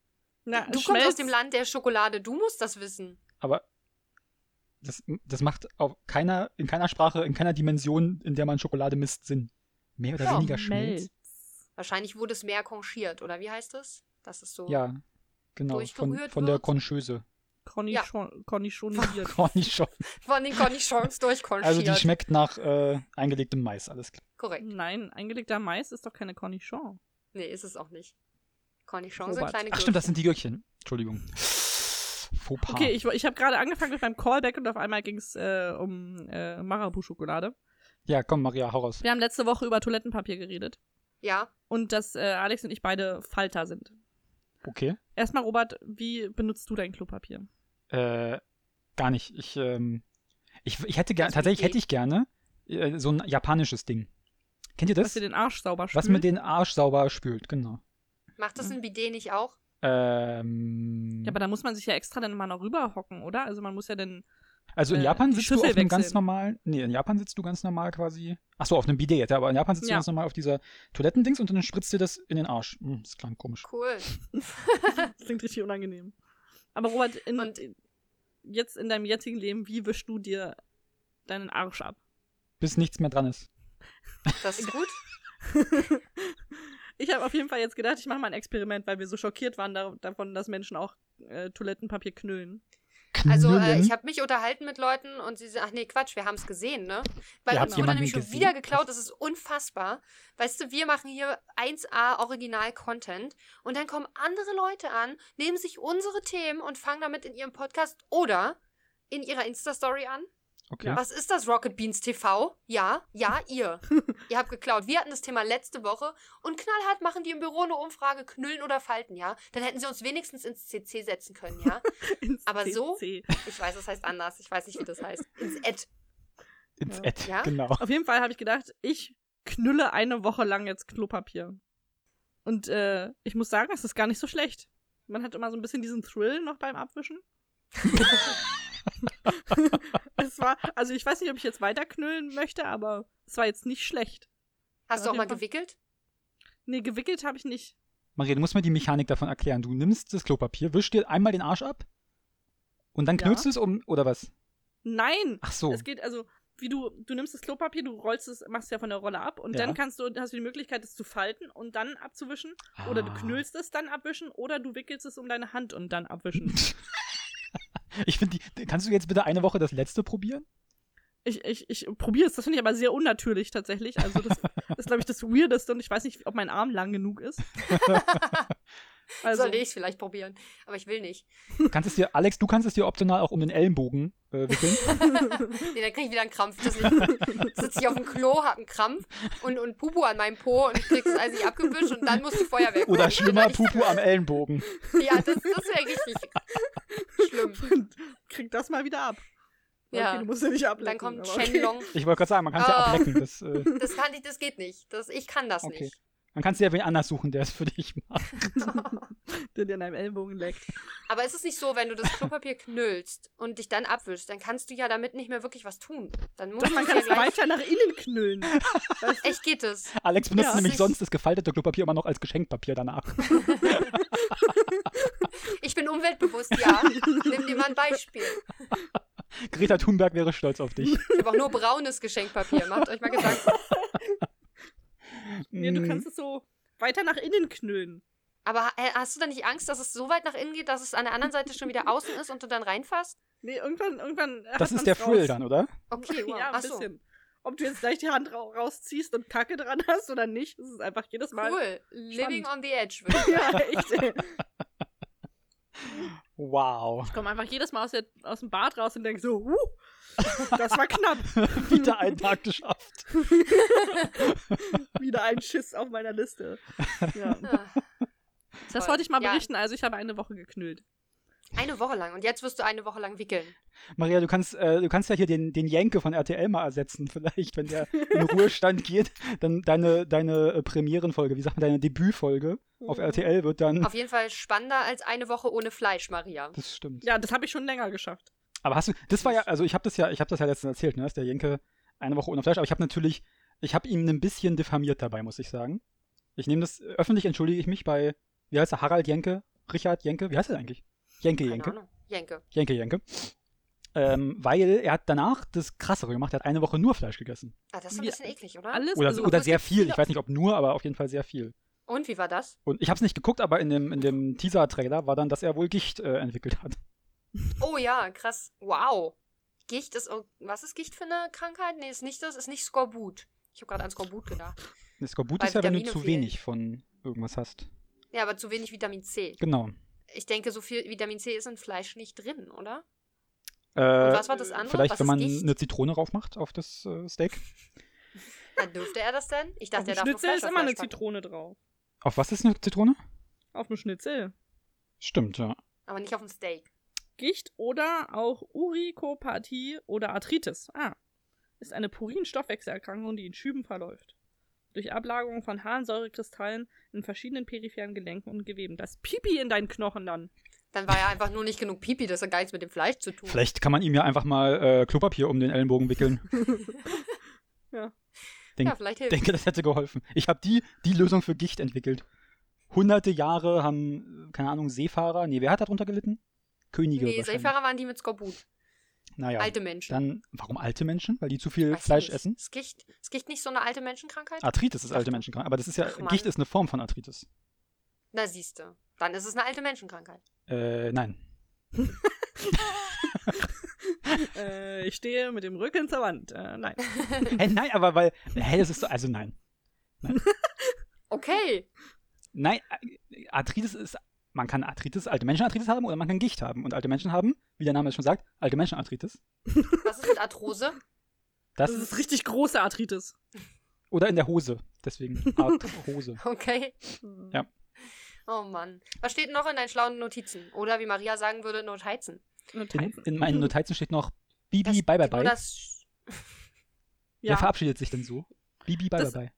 A: Na,
B: du kommst
A: Schmelz-
B: aus dem Land der Schokolade, du musst das wissen.
C: Aber das, das macht auf keiner, in keiner Sprache, in keiner Dimension, in der man Schokolade misst, Sinn. Mehr oder
B: Ja,
C: weniger Schmelz.
B: Wahrscheinlich wurde es mehr konchiert, oder wie heißt das? Das ist so.
C: Ja, genau. Von,
B: Durchgerührt
C: von der
B: wird.
C: [LAUGHS] Concheuse.
A: Conny
B: Ja.
A: schon-
B: [LAUGHS]
A: Conny schoniert.
C: Cornichon.
B: Von den
C: [LAUGHS]
B: Cornichons durchkonchiert.
C: Also die schmeckt nach äh, eingelegtem Mais, alles klar.
B: Korrekt.
A: Nein, eingelegter Mais ist doch keine Cornichon.
B: Nee, ist es auch nicht. Cornichons sind
A: Robert.
B: kleine
C: Ach stimmt, das sind die Gürkchen. Entschuldigung. Fauxpas.
A: Okay, ich, ich habe gerade angefangen mit meinem Callback und auf einmal ging es äh, um äh, Marabu-Schokolade.
C: Ja, komm, Maria, hau raus.
A: Wir haben letzte Woche über Toilettenpapier geredet
B: Ja,
A: und dass äh, Alex und ich beide Falter sind.
C: Okay.
A: Erstmal, Robert, wie benutzt du dein Klopapier?
C: Äh, gar nicht. Ich, ähm, ich, ich hätte gerne,
B: Das
C: tatsächlich
B: Idee.
C: hätte ich gerne äh, so ein japanisches Ding. Kennt ihr
A: Dass
C: das?
A: dir den Arsch sauber
C: Was
A: spült?
C: mit den Arsch sauber spült, genau.
B: macht das ein Bidet nicht auch?
C: Ähm,
A: Ja, aber da muss man sich ja extra dann mal noch rüberhocken, oder? Also man muss ja dann.
C: also in
A: äh,
C: Japan
A: die
C: sitzt du auf
A: Schüssel
C: einem ganz
A: wechseln.
C: normalen, nee, in Japan sitzt du ganz normal quasi, ach so, auf einem Bidet, ja, aber in Japan sitzt du
A: Ja.
C: ganz normal auf dieser Toilettendings und dann spritzt dir das in den Arsch. Hm, das klang komisch.
B: Cool.
A: [LAUGHS] Das klingt richtig unangenehm. Aber Robert, in,
B: Und-
A: jetzt in deinem jetzigen Leben, wie wischst du dir deinen Arsch [LAUGHS] ab?
C: Bis nichts mehr dran ist.
B: Das
C: [LAUGHS]
B: ist gut.
A: Ich habe auf jeden Fall jetzt gedacht, ich mache mal ein Experiment, weil wir so schockiert waren da, davon, dass Menschen auch äh, Toilettenpapier knüllen. [LAUGHS]
B: Also, äh,
C: Knüllen?
B: ich habe mich unterhalten mit Leuten und sie sagen, ach nee, Quatsch, wir haben es gesehen, ne? Weil
C: Ihr habt
B: uns wurde
C: jemanden
B: nämlich schon
C: gesehen?
B: wieder geklaut, das ist unfassbar. Weißt du, wir machen hier 1A Original-Content und dann kommen andere Leute an, nehmen sich unsere Themen und fangen damit in ihrem Podcast oder in ihrer Insta-Story an.
C: Okay.
B: Was ist das Rocket Beans TV? Ja, ja,
C: [LAUGHS]
B: ihr. ihr habt geklaut. Wir hatten das Thema letzte Woche und knallhart machen die im Büro eine Umfrage, knüllen oder falten, ja? Dann hätten sie uns wenigstens ins CC setzen können, ja?
A: Ins
B: Aber so?
A: CC.
B: Ich weiß, das heißt anders. Ich weiß nicht, wie das heißt. Ins Ad.
C: Ins
A: äh, Ja.
C: Ad,
B: Ja?
C: genau.
A: Auf jeden Fall habe ich gedacht, ich knülle eine Woche lang jetzt Klopapier. Und äh, ich muss sagen, es ist gar nicht so schlecht. Man hat immer so ein bisschen diesen Thrill noch beim
C: [LAUGHS]
A: Abwischen. es war, also ich weiß nicht, ob ich jetzt weiter knüllen möchte, aber es war jetzt nicht schlecht.
B: Hast du
A: Auf
B: auch mal
A: jeden Fall.
B: gewickelt?
A: Nee, gewickelt habe ich nicht.
C: Maria, du musst mir die Mechanik davon erklären. Du nimmst das Klopapier, wischst dir einmal den Arsch ab und dann
A: Ja.
C: knüllst du es um, oder was?
A: Nein!
C: Ach so.
A: Es geht also, wie du, du nimmst das Klopapier, du rollst es, machst es ja von der Rolle ab und
C: Ja.
A: dann kannst du, hast du die Möglichkeit, es zu falten und dann abzuwischen. Oder du
C: Ah.
A: knüllst es, dann abwischen, oder du wickelst es um deine Hand und dann abwischen.
C: [LAUGHS] Ich finde, die- kannst du jetzt bitte eine Woche das letzte probieren?
A: Ich, ich, ich probiere es, das finde ich aber sehr unnatürlich tatsächlich. Also das
C: [LAUGHS]
A: ist, glaube ich, das Weirdeste und ich weiß nicht, ob mein Arm lang genug ist. Also,
B: Sollte ich es vielleicht probieren. Aber ich will nicht.
C: Du kannst es dir, Alex, du kannst es dir optional auch um den Ellenbogen äh, wickeln.
B: Nee, dann krieg ich wieder einen Krampf. Das ist nicht- Sitze ich auf dem Klo, hab einen Krampf und, und Pupu an meinem Po und ich krieg das Eis nicht abgewischt und dann muss die Feuerwehr kommen.
C: Oder schlimmer, Pupu am Ellenbogen.
B: Ja, das, das wäre richtig schlimm.
A: [LAUGHS] krieg das mal wieder ab.
B: Ja.
A: Okay, du musst ja nicht
B: Dann
A: ablenken.
B: kommt
A: aber okay.
B: Shenlong.
C: Ich wollte gerade sagen, man kann es
A: Oh.
C: ja
B: Ah.
C: ablecken. Das, äh,
B: Das kann ich, das geht nicht. Das, ich kann das
C: Okay.
B: nicht.
C: man kann es ja wen anders suchen, der es für dich macht.
A: Der dir an deinem Ellbogen
B: [LAUGHS]
A: leckt.
B: Aber ist es nicht so, wenn du das Klopapier knüllst und dich dann abwischst, dann kannst du ja damit nicht mehr wirklich was tun. Dann muss
A: Doch, man
B: man
A: kann
B: ja
A: es
B: gleich.
A: weiter nach innen knüllen.
B: Echt geht es.
C: Alex benutzt
A: Ja,
C: nämlich
B: sich-
C: sonst das gefaltete Klopapier immer noch als Geschenkpapier danach.
B: Ich bin umweltbewusst, ja. Nimm dir mal ein Beispiel.
C: Greta Thunberg wäre stolz auf dich.
B: Ich habe auch nur braunes Geschenkpapier. Macht euch mal Gedanken.
A: [LAUGHS] Nee, du
C: Mm.
A: kannst es so weiter nach innen knüllen.
B: Aber ha- hast du dann nicht Angst, dass es so weit nach innen geht, dass es an der anderen Seite schon wieder außen ist und du dann reinfasst?
A: Nee, irgendwann, irgendwann. hat
C: das ist
A: man's
C: der Thrill
A: raus.
C: dann, oder?
B: Okay, wow.
A: Ja, ein
B: Achso,
A: bisschen. Ob du jetzt gleich die Hand ra rausziehst und Kacke dran hast oder nicht, das ist einfach jedes Mal.
B: cool. Living
A: Spannend.
B: on the edge. würde
A: [LAUGHS]
B: ich
A: Ja, echt. ey.
C: Wow. [LAUGHS]
A: Ich komme einfach jedes Mal aus, der, aus dem Bad raus und denke so, huh, das war [LAUGHS] knapp.
C: Wieder einen Tag geschafft.
A: Wieder ein Schiss auf meiner Liste. [LAUGHS] Ja.
B: sagen. Ah,
A: Das
B: toll.
A: wollte ich mal
B: Ja,
A: berichten. Also ich habe eine Woche geknüllt.
B: Eine Woche lang. Und jetzt wirst du eine Woche lang wickeln.
C: Maria, du kannst, äh, du kannst ja hier den, den Jenke von RTL mal ersetzen, [LAUGHS] vielleicht, wenn der
A: [LAUGHS]
C: in Ruhestand geht. Dann deine, deine äh, Premierenfolge, wie sagt man, deine Debütfolge auf
A: Mhm.
C: RTL wird dann.
B: Auf jeden Fall spannender als eine Woche ohne Fleisch, Maria.
C: Das stimmt.
A: Ja, das habe ich schon länger geschafft.
C: Aber hast du, das war ja, also ich habe das ja, ich habe das ja letztens erzählt, ne, dass der Jenke eine Woche ohne Fleisch, aber ich habe natürlich, ich habe ihn ein bisschen diffamiert dabei, muss ich sagen. Ich nehme das, öffentlich entschuldige ich mich bei, wie heißt er, Harald Jenke? Richard Jenke? Wie heißt er eigentlich? Jenke
B: Keine
C: Jenke.
B: Ahnung. Jenke.
C: Jenke Jenke. Ähm, weil er hat danach das Krassere gemacht, er hat eine Woche nur Fleisch gegessen.
B: Ah, das ist ein
A: Ja.
B: bisschen eklig, oder?
A: Alles
C: Oder,
A: also,
C: oder
A: es
C: sehr
A: gibt
C: viel,
A: viele-
C: ich weiß nicht ob nur, aber auf jeden Fall sehr viel.
B: Und wie war das?
C: Und ich habe es nicht geguckt, aber in dem, in dem Teaser-Trailer war dann, dass er wohl Gicht äh, entwickelt hat.
B: Oh ja, krass. Wow. Gicht ist. irg- Was ist Gicht für eine Krankheit? Nee, ist nicht das. Ist nicht Skorbut. Ich habe gerade an Skorbut gedacht.
C: Das Skorbut
B: Weil
C: ist ja, wenn du
B: Vitamine
C: zu
B: fehlen.
C: wenig von irgendwas hast.
B: Ja, aber zu wenig Vitamin C.
C: Genau.
B: Ich denke, so viel Vitamin C ist in Fleisch nicht drin, oder?
C: Äh,
B: Und was war das andere?
C: Vielleicht,
B: was
C: wenn
B: ist
C: man
B: Gicht?
C: eine Zitrone raufmacht auf das äh, Steak.
B: Dann dürfte er das denn? Ich
A: Auf
B: dachte,
A: dem
B: er darf nur
A: Schnitzel
B: Fleisch
A: ist
B: auf
A: immer eine
B: Fleisch packen.
A: Zitrone drauf.
C: Auf was ist eine Zitrone?
A: Auf dem Schnitzel.
C: Stimmt, ja.
B: Aber nicht auf dem Steak.
A: Gicht oder auch Urikopathie oder Arthritis. Ah. Ist eine Purin-Stoffwechselerkrankung, die in Schüben verläuft. Durch Ablagerung von Harnsäurekristallen in verschiedenen peripheren Gelenken und Geweben. Das Pipi in deinen Knochen dann.
B: Dann war ja einfach nur nicht genug Pipi, das hat gar nichts mit dem Fleisch zu tun.
C: Vielleicht kann man ihm ja einfach mal äh, Klopapier um den Ellenbogen wickeln.
B: [LAUGHS] ja, vielleicht
C: Ich
B: hilft.
C: denke, das hätte geholfen. Ich habe die, die Lösung für Gicht entwickelt. Hunderte Jahre haben, äh, keine Ahnung, Seefahrer. Nee, wer hat darunter gelitten? Könige.
B: Nee,
C: wahrscheinlich.
B: Seefahrer waren die mit Skorbut.
C: Naja.
B: Alte Menschen.
C: Dann, warum alte Menschen? Weil die zu viel
B: Weiß ich
C: Fleisch
B: nicht.
C: essen? Ah.
B: Ist Gicht, ist Gicht nicht so eine alte Menschenkrankheit?
C: Arthritis ist alte
B: Ach.
C: Menschenkrankheit. Aber das ist ja,
B: Ach, Mann.
C: Gicht ist eine Form von Arthritis.
B: Na siehste, dann ist es eine alte Menschenkrankheit. [LAUGHS]
C: Äh, nein.
A: Äh, ich stehe mit dem Rücken zur Wand. Äh, nein.
C: äh, nein, aber weil, hä, das ist so, also nein.
B: Okay.
C: Nein, äh, Arthritis ist man kann Arthritis, alte Menschen Arthritis haben oder man kann Gicht haben. Und alte Menschen haben, wie der Name es schon sagt, alte Menschen Arthritis.
B: Was ist mit Arthrose? [LAUGHS]
C: Das,
A: Das ist richtig große Arthritis.
C: oder in der Hose, deswegen Arthrose.
B: Okay.
C: Ja.
B: Oh Mann. Was steht noch in deinen schlauen Notizen? Oder wie Maria sagen würde, Notizen.
C: In,
A: Notizen.
C: in meinen Notizen steht noch
B: Das-
C: Bibi, bye bye
B: Nur
C: bye.
B: das
C: Wer
A: Ja,
C: verabschiedet sich denn so? Bibi, bye bye
A: Das-
C: bye.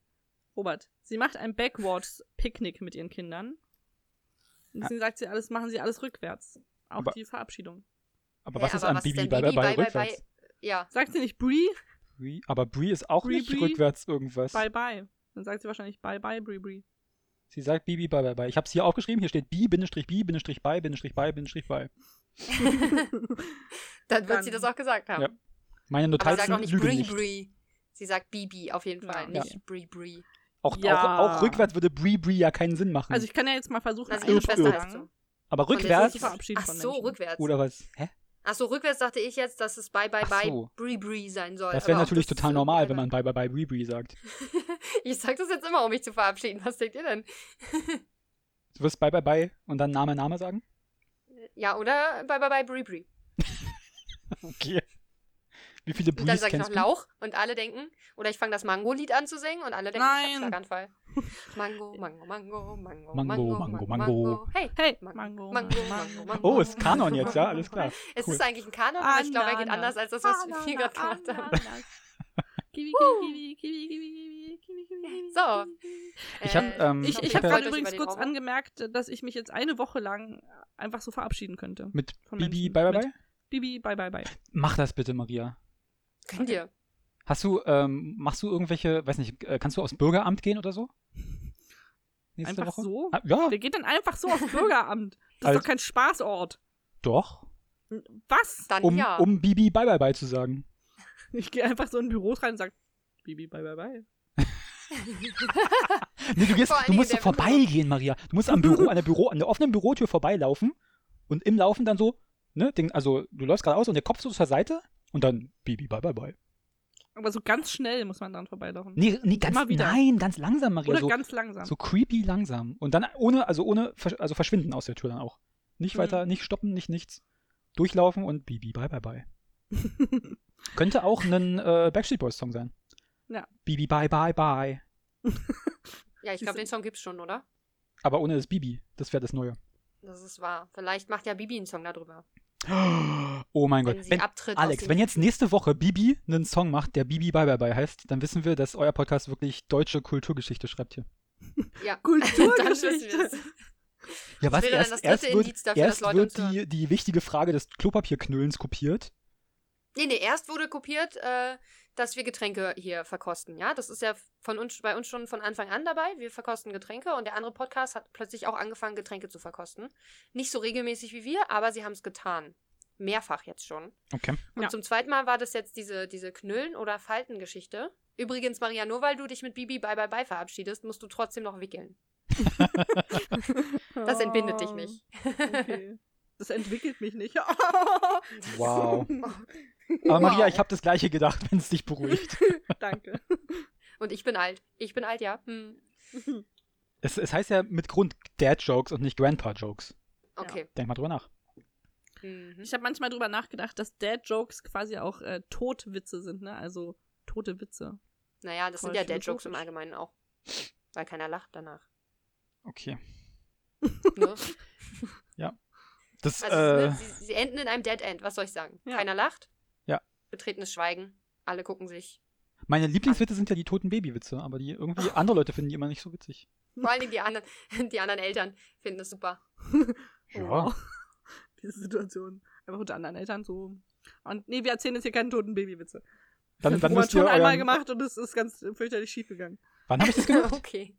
A: Robert. Sie macht ein Backwards-Picknick mit ihren Kindern. Und deswegen sagt sie alles, machen sie alles rückwärts. Auch
C: Aber-
A: die Verabschiedung.
C: Aber
B: Hä,
C: was ist
B: aber
C: an
B: was ist
C: Bibi,
B: denn
C: bye bye
B: Bibi,
C: bye
B: bye, bye,
C: rückwärts?
B: Ja.
A: Sagt sie nicht Brie?
C: Brie- Aber Brie ist auch
A: Brie,
C: nicht
A: Brie.
C: rückwärts irgendwas.
A: Bye bye. Dann sagt sie wahrscheinlich Bye bye, Brie Brie.
C: Sie sagt Bibi, bye bye bye. Ich habe es hier aufgeschrieben. Hier steht Bi, Bindestrich, Bi, Bindestrich, bye, Bindestrich, bye, Bindestrich, bye.
B: Dann wird
A: [LAUGHS] Dann-
B: sie das auch gesagt haben.
C: Ja, Meine
B: Aber sie sagt
C: Notizen
B: auch nicht
C: lügen
B: Brie
C: nicht.
B: Brie. Sie sagt Bibi auf jeden Fall,
A: Ja.
B: nicht Brie Brie.
C: Auch,
A: Ja.
C: auch, auch rückwärts würde Brie Brie ja keinen Sinn machen.
A: Also ich kann ja jetzt mal versuchen,
B: Also
A: eine
B: ihre
C: Irp,
B: Schwester
C: irp.
A: Schwester
B: heißt so.
A: zu
B: Und
C: Aber
B: jetzt
C: rückwärts
A: sich verabschieden
B: Ach
A: von
B: so,
A: Menschen.
B: rückwärts.
C: oder was? Hä?
B: Ach so, rückwärts dachte ich jetzt, dass es Bye Bye
C: Ach
B: Bye
C: so.
B: Brie Brie sein soll.
C: Das wäre
B: Aber auch
C: natürlich
B: das ist
C: total
B: so ne?
C: normal, wenn
B: irre.
C: man bye bye bye Brie Brie sagt.
B: [LAUGHS] Ich sag das jetzt immer, um mich zu verabschieden. Was denkt ihr denn?
C: Du wirst bye bye bye und dann Name Name sagen?
B: Ja, oder Bye Bye Bye Brie Brie.
C: Okay. Wie viele
B: Und dann
C: Brees
B: sag ich noch
C: kennst du?
B: Lauch und alle denken, oder ich fange das Mango-Lied an zu singen und alle denken, ich
A: Nein.
B: hab Schlaganfall.
A: [LAUGHS]
B: Mango, Mango, Mango, Mango,
C: Mango, Mango, Mango.
B: Hey,
A: Hey,
B: Mango,
A: Mango.
B: Mango, Mango, Mango.
C: Oh, ist Kanon
B: [LAUGHS]
C: jetzt, ja, alles klar.
B: Es
C: Cool.
B: ist eigentlich ein Kanon, aber ich glaube, er geht
A: Ananas.
B: anders als das, was wir gerade gemacht haben.
A: Kiwi, kiwi, kiwi, kiwi, kiwi, kiwi, kiwi,
B: So.
A: kiwi.
C: Ich hab,
B: Äh,
C: ähm,
A: Ich, ich habe
C: hab ja-
A: gerade
B: Freut euch
A: übrigens
B: über den
A: kurz
B: Raum.
A: angemerkt, dass ich mich jetzt eine Woche lang äh, einfach so verabschieden könnte.
C: Mit
A: Von
C: Bibi
A: Menschen.
C: bye bye
A: Mit-
C: bye?
A: Bibi, bye bye bye.
C: Mach das bitte, Maria.
B: Könnt ihr?
C: Hast du, ähm, machst du irgendwelche, weiß nicht, äh, kannst du aufs Bürgeramt gehen oder so? Nächste
A: Einfach
C: Woche?
A: so?
C: Ah, ja,
A: Der geht dann einfach so aufs Bürgeramt. Das ist
C: Also-
A: doch kein Spaßort.
C: doch.
A: Was?
B: Dann
C: Um,
B: ja.
C: um Bibi bye bye bye zu sagen.
A: Ich gehe einfach so in Büros rein und sage, Bibi, bye bye bye.
C: Nee, du, gehst,
B: Vor allen
C: du
B: Dingen
C: musst so
B: der Büro-
C: vorbeigehen, Maria.
A: [LAUGHS]
C: Du musst am Büro, an der Büro, an der offenen Bürotür vorbeilaufen und im Laufen dann so, ne, den, also du läufst geradeaus und der Kopf so zur Seite und dann Bibi, bye bye bye.
A: Aber so ganz schnell muss man dran vorbeilaufen.
C: Nee, nee ganz,
A: Immer wieder.
C: nein, ganz langsam, Maria.
A: Oder
C: so,
A: ganz langsam. [LAUGHS]
C: so creepy langsam. Und dann ohne, also ohne, versch- also verschwinden aus der Tür dann auch. Nicht
A: Mhm.
C: weiter, nicht stoppen, nicht nichts. Durchlaufen und Bibi, bye bye bye. Könnte auch ein äh, Backstreet Boys Song sein.
A: Ja.
C: Bibi, bye bye bye.
B: Ja, ich glaube, den Song gibt's schon, oder?
C: Aber ohne das Bibi, das wäre das Neue. [GASPS]
B: Das ist wahr. Vielleicht macht ja Bibi einen Song darüber,
C: Oh mein
B: wenn
C: Gott.
B: sie
C: Wenn,
B: abtritt. aus
C: Alex,
B: dem-
C: wenn jetzt nächste Woche Bibi einen Song macht, der Bibi Bye Bye Bye heißt, dann wissen wir, dass euer Podcast wirklich deutsche Kulturgeschichte schreibt hier.
B: ja. [LAUGHS] Dann wissen
A: Kulturgeschichte.
B: wir es.
C: Ja,
B: wäre dann das dritte Indiz dafür,
C: erst
B: dass Leute
C: wird
B: uns
C: die, die wichtige Frage des Klopapierknüllens kopiert.
B: Nee, nee, erst wurde kopiert, äh, dass wir Getränke hier verkosten, ja? Das ist ja von uns, bei uns schon von Anfang an dabei. Wir verkosten Getränke und der andere Podcast hat plötzlich auch angefangen, Getränke zu verkosten. Nicht so regelmäßig wie wir, aber sie haben es getan. Mehrfach jetzt schon.
C: Okay.
B: Und
A: Ja.
B: zum zweiten Mal war das jetzt diese, diese Knüllen- oder Faltengeschichte. Übrigens, Maria, nur weil du dich mit Bibi bye bye bye verabschiedest, musst du trotzdem noch wickeln. Das entbindet dich
A: [LAUGHS]
B: nicht.
A: Oh, Okay. Das entwickelt mich nicht. [LAUGHS] Oh,
B: [LAUGHS]
C: Wow. Aber Maria, ich habe das gleiche gedacht, [LAUGHS] wenn es dich beruhigt.
A: Danke.
B: Und ich bin alt. Ich bin alt, ja. Hm.
C: es, es heißt ja mit Grund Dad-Jokes und nicht Grandpa-Jokes.
B: Okay.
C: Denk mal drüber nach.
B: Mhm.
A: Ich habe manchmal drüber nachgedacht, dass Dad-Jokes quasi auch äh, Totwitze sind, ne? Also tote Witze.
B: Naja, das sind
A: Voll
B: ja Dad-Jokes im
A: philosophisch.
B: Allgemeinen auch. Weil keiner lacht
C: [LAUGHS]
B: danach.
C: Okay.
B: Ne?
C: Das,
B: Also,
C: äh,
B: ne, sie, sie enden in einem Dead-End, was soll ich sagen?
A: Ja.
B: Keiner lacht.
C: Ja.
B: Betretenes Schweigen. Alle gucken
C: [LAUGHS]
B: sich.
C: meine Lieblingswitze sind ja die toten Babywitze, aber die irgendwie andere Leute finden die immer nicht so witzig.
B: Vor allen Dingen die anderen, [LAUGHS] die anderen Eltern finden das super. Oh.
A: Wow. Oh. [LAUGHS] Diese Situation. Einfach unter anderen Eltern so. Und nee, wir erzählen jetzt hier keinen toten Babywitze.
C: Dann, dann
A: Haben wir
C: müsst ihr
A: schon einmal
C: euren,
A: gemacht und es ist ganz fürchterlich schief
C: [LAUGHS]
A: gegangen.
C: Wann habe ich das
B: [LAUGHS]
C: gemacht?
B: okay.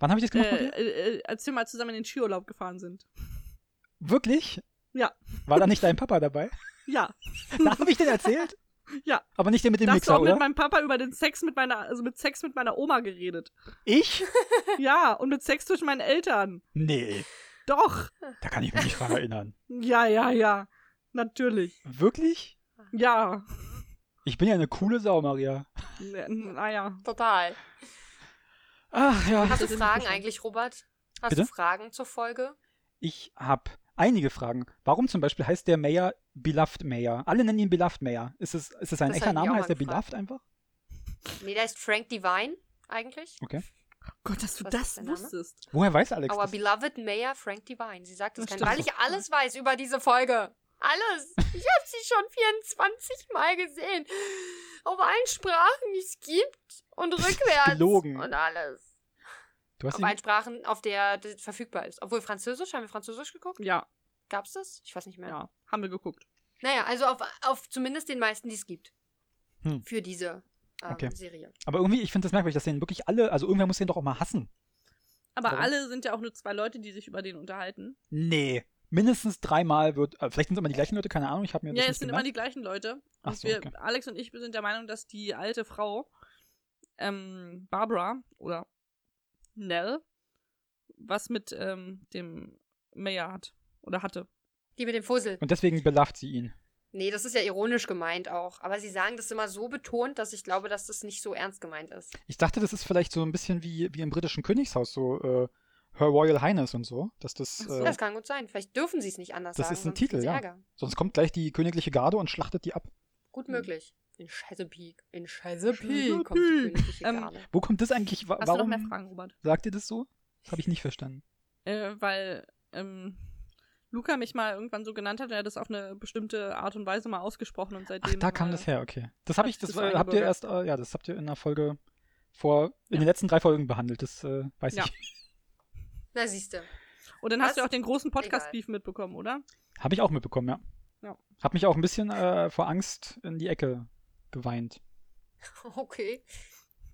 C: Wann habe ich das
A: Äh,
C: gemacht mit dir?
A: äh, als wir mal zusammen in den Skiurlaub gefahren sind.
C: Wirklich?
A: Ja.
C: War da nicht dein Papa dabei?
A: Ja,
C: Da habe ich den erzählt?
A: [LAUGHS] Ja.
C: Aber nicht den mit dem
A: da hast du
C: Mixer,
A: auch
C: oder?
A: mit meinem Papa über den Sex mit meiner, also mit Sex mit meiner Oma geredet.
C: Ich?
A: Ja, und mit Sex zwischen meinen Eltern.
C: Nee,
A: Doch.
C: da kann ich mich nicht dran erinnern.
A: Ja, ja, ja. Natürlich.
C: Wirklich?
A: Ja.
C: Ich bin ja eine coole Sau, Maria.
A: N- Naja.
C: [LAUGHS]
B: Total.
C: Ach ja.
B: Hast du
A: das ist
B: Fragen
C: Oh,
A: interessant.
B: eigentlich, Robert? Hast
C: Bitte?
B: du Fragen zur Folge?
C: Ich habe einige Fragen. Warum zum Beispiel heißt der Mayor Beloved Mayor? Alle nennen ihn Beloved Mayor. Ist es, ist es ein
B: Das
C: echter
B: hab ich
C: Name?
B: auch
C: Heißt
B: mal
C: der Beloved einfach?
B: Nee, der ist Frank Divine eigentlich.
C: Okay.
A: Gott, dass du
B: Was ist
A: das
B: der Name?
A: wusstest.
C: Woher weiß Alex
B: Our
C: das?
B: beloved Mayor Frank Divine. Sie sagt es
A: Das
B: kein,
A: stimmt
B: weil ich alles weiß über diese Folge. Alles. Ich habe sie schon 24 Mal gesehen. Auf allen Sprachen, die es gibt. Und rückwärts.
C: Gelogen.
B: Und alles.
C: Du hast
B: Auf
C: ihn,
B: allen Sprachen, auf der das verfügbar ist. Obwohl Französisch, haben wir Französisch geguckt?
A: Ja,
B: Gab's das? Ich weiß nicht mehr.
A: ja, haben wir geguckt.
B: Naja, also auf, auf zumindest den meisten, die es gibt.
C: Hm.
B: Für diese ähm,
C: Okay.
B: Serie.
C: aber irgendwie, ich finde das merkwürdig, dass den wirklich alle, also irgendwer muss den doch auch mal hassen.
A: Aber
C: Warum?
A: alle sind ja auch nur zwei Leute, die sich über den unterhalten.
C: Nee. Mindestens dreimal wird, äh, vielleicht sind es immer die gleichen Leute, keine Ahnung, ich habe mir
A: Ja,
C: das
A: es
C: nicht
A: sind
C: gemerkt.
A: immer die gleichen Leute.
C: Ach
A: Und
C: so,
A: wir,
C: okay.
A: Alex und ich wir sind der Meinung, dass die alte Frau, ähm, Barbara oder Nell, was mit ähm, dem Mayor hat oder hatte.
B: Die mit dem Fussel.
C: Und deswegen belafft sie ihn.
B: Nee, das ist ja ironisch gemeint auch. Aber sie sagen das immer so betont, dass ich glaube, dass das nicht so ernst gemeint ist.
C: Ich dachte, das ist vielleicht so ein bisschen wie, wie im britischen Königshaus, so äh, Her Royal Highness und so, dass das,
A: Ach so,
C: äh,
B: Das kann gut sein. Vielleicht dürfen sie es nicht anders
C: Das
B: sagen.
C: ist ein
B: sonst gibt's
C: Titel, ja.
B: Ärger.
C: sonst kommt gleich die königliche Garde und schlachtet die ab.
B: Gut
A: Hm.
B: möglich. In Chesapeake. In Chesapeake
A: Chesapeake.
B: kommt die königliche
A: Ähm,
B: Garde.
C: Wo kommt das eigentlich? Wa
A: Hast
C: warum
A: du noch mehr Fragen, Robert?
C: sagt ihr das so? Das habe ich nicht verstanden.
A: Äh, weil ähm, Luca mich mal irgendwann so genannt hat, er hat das auf eine bestimmte Art und Weise mal ausgesprochen und seitdem.
C: Ach, da kam
A: äh,
C: das her, okay. Das habe
A: hat
C: ich,
A: sich das
C: das äh, habt ihr
A: eingebürgert.
C: erst, äh, ja, das habt ihr in einer Folge vor, in den letzten drei Folgen behandelt, das äh, weiß
A: Ja.
C: ich. [LAUGHS]
B: Na, siehste.
A: Und dann hast du
B: Was?
A: auch den großen
B: Egal.
A: Podcast-Beef mitbekommen, oder?
C: Habe ich auch mitbekommen, ja.
A: Ja.
C: Hab mich auch ein bisschen äh, vor Angst in die Ecke geweint.
B: [LAUGHS] Okay.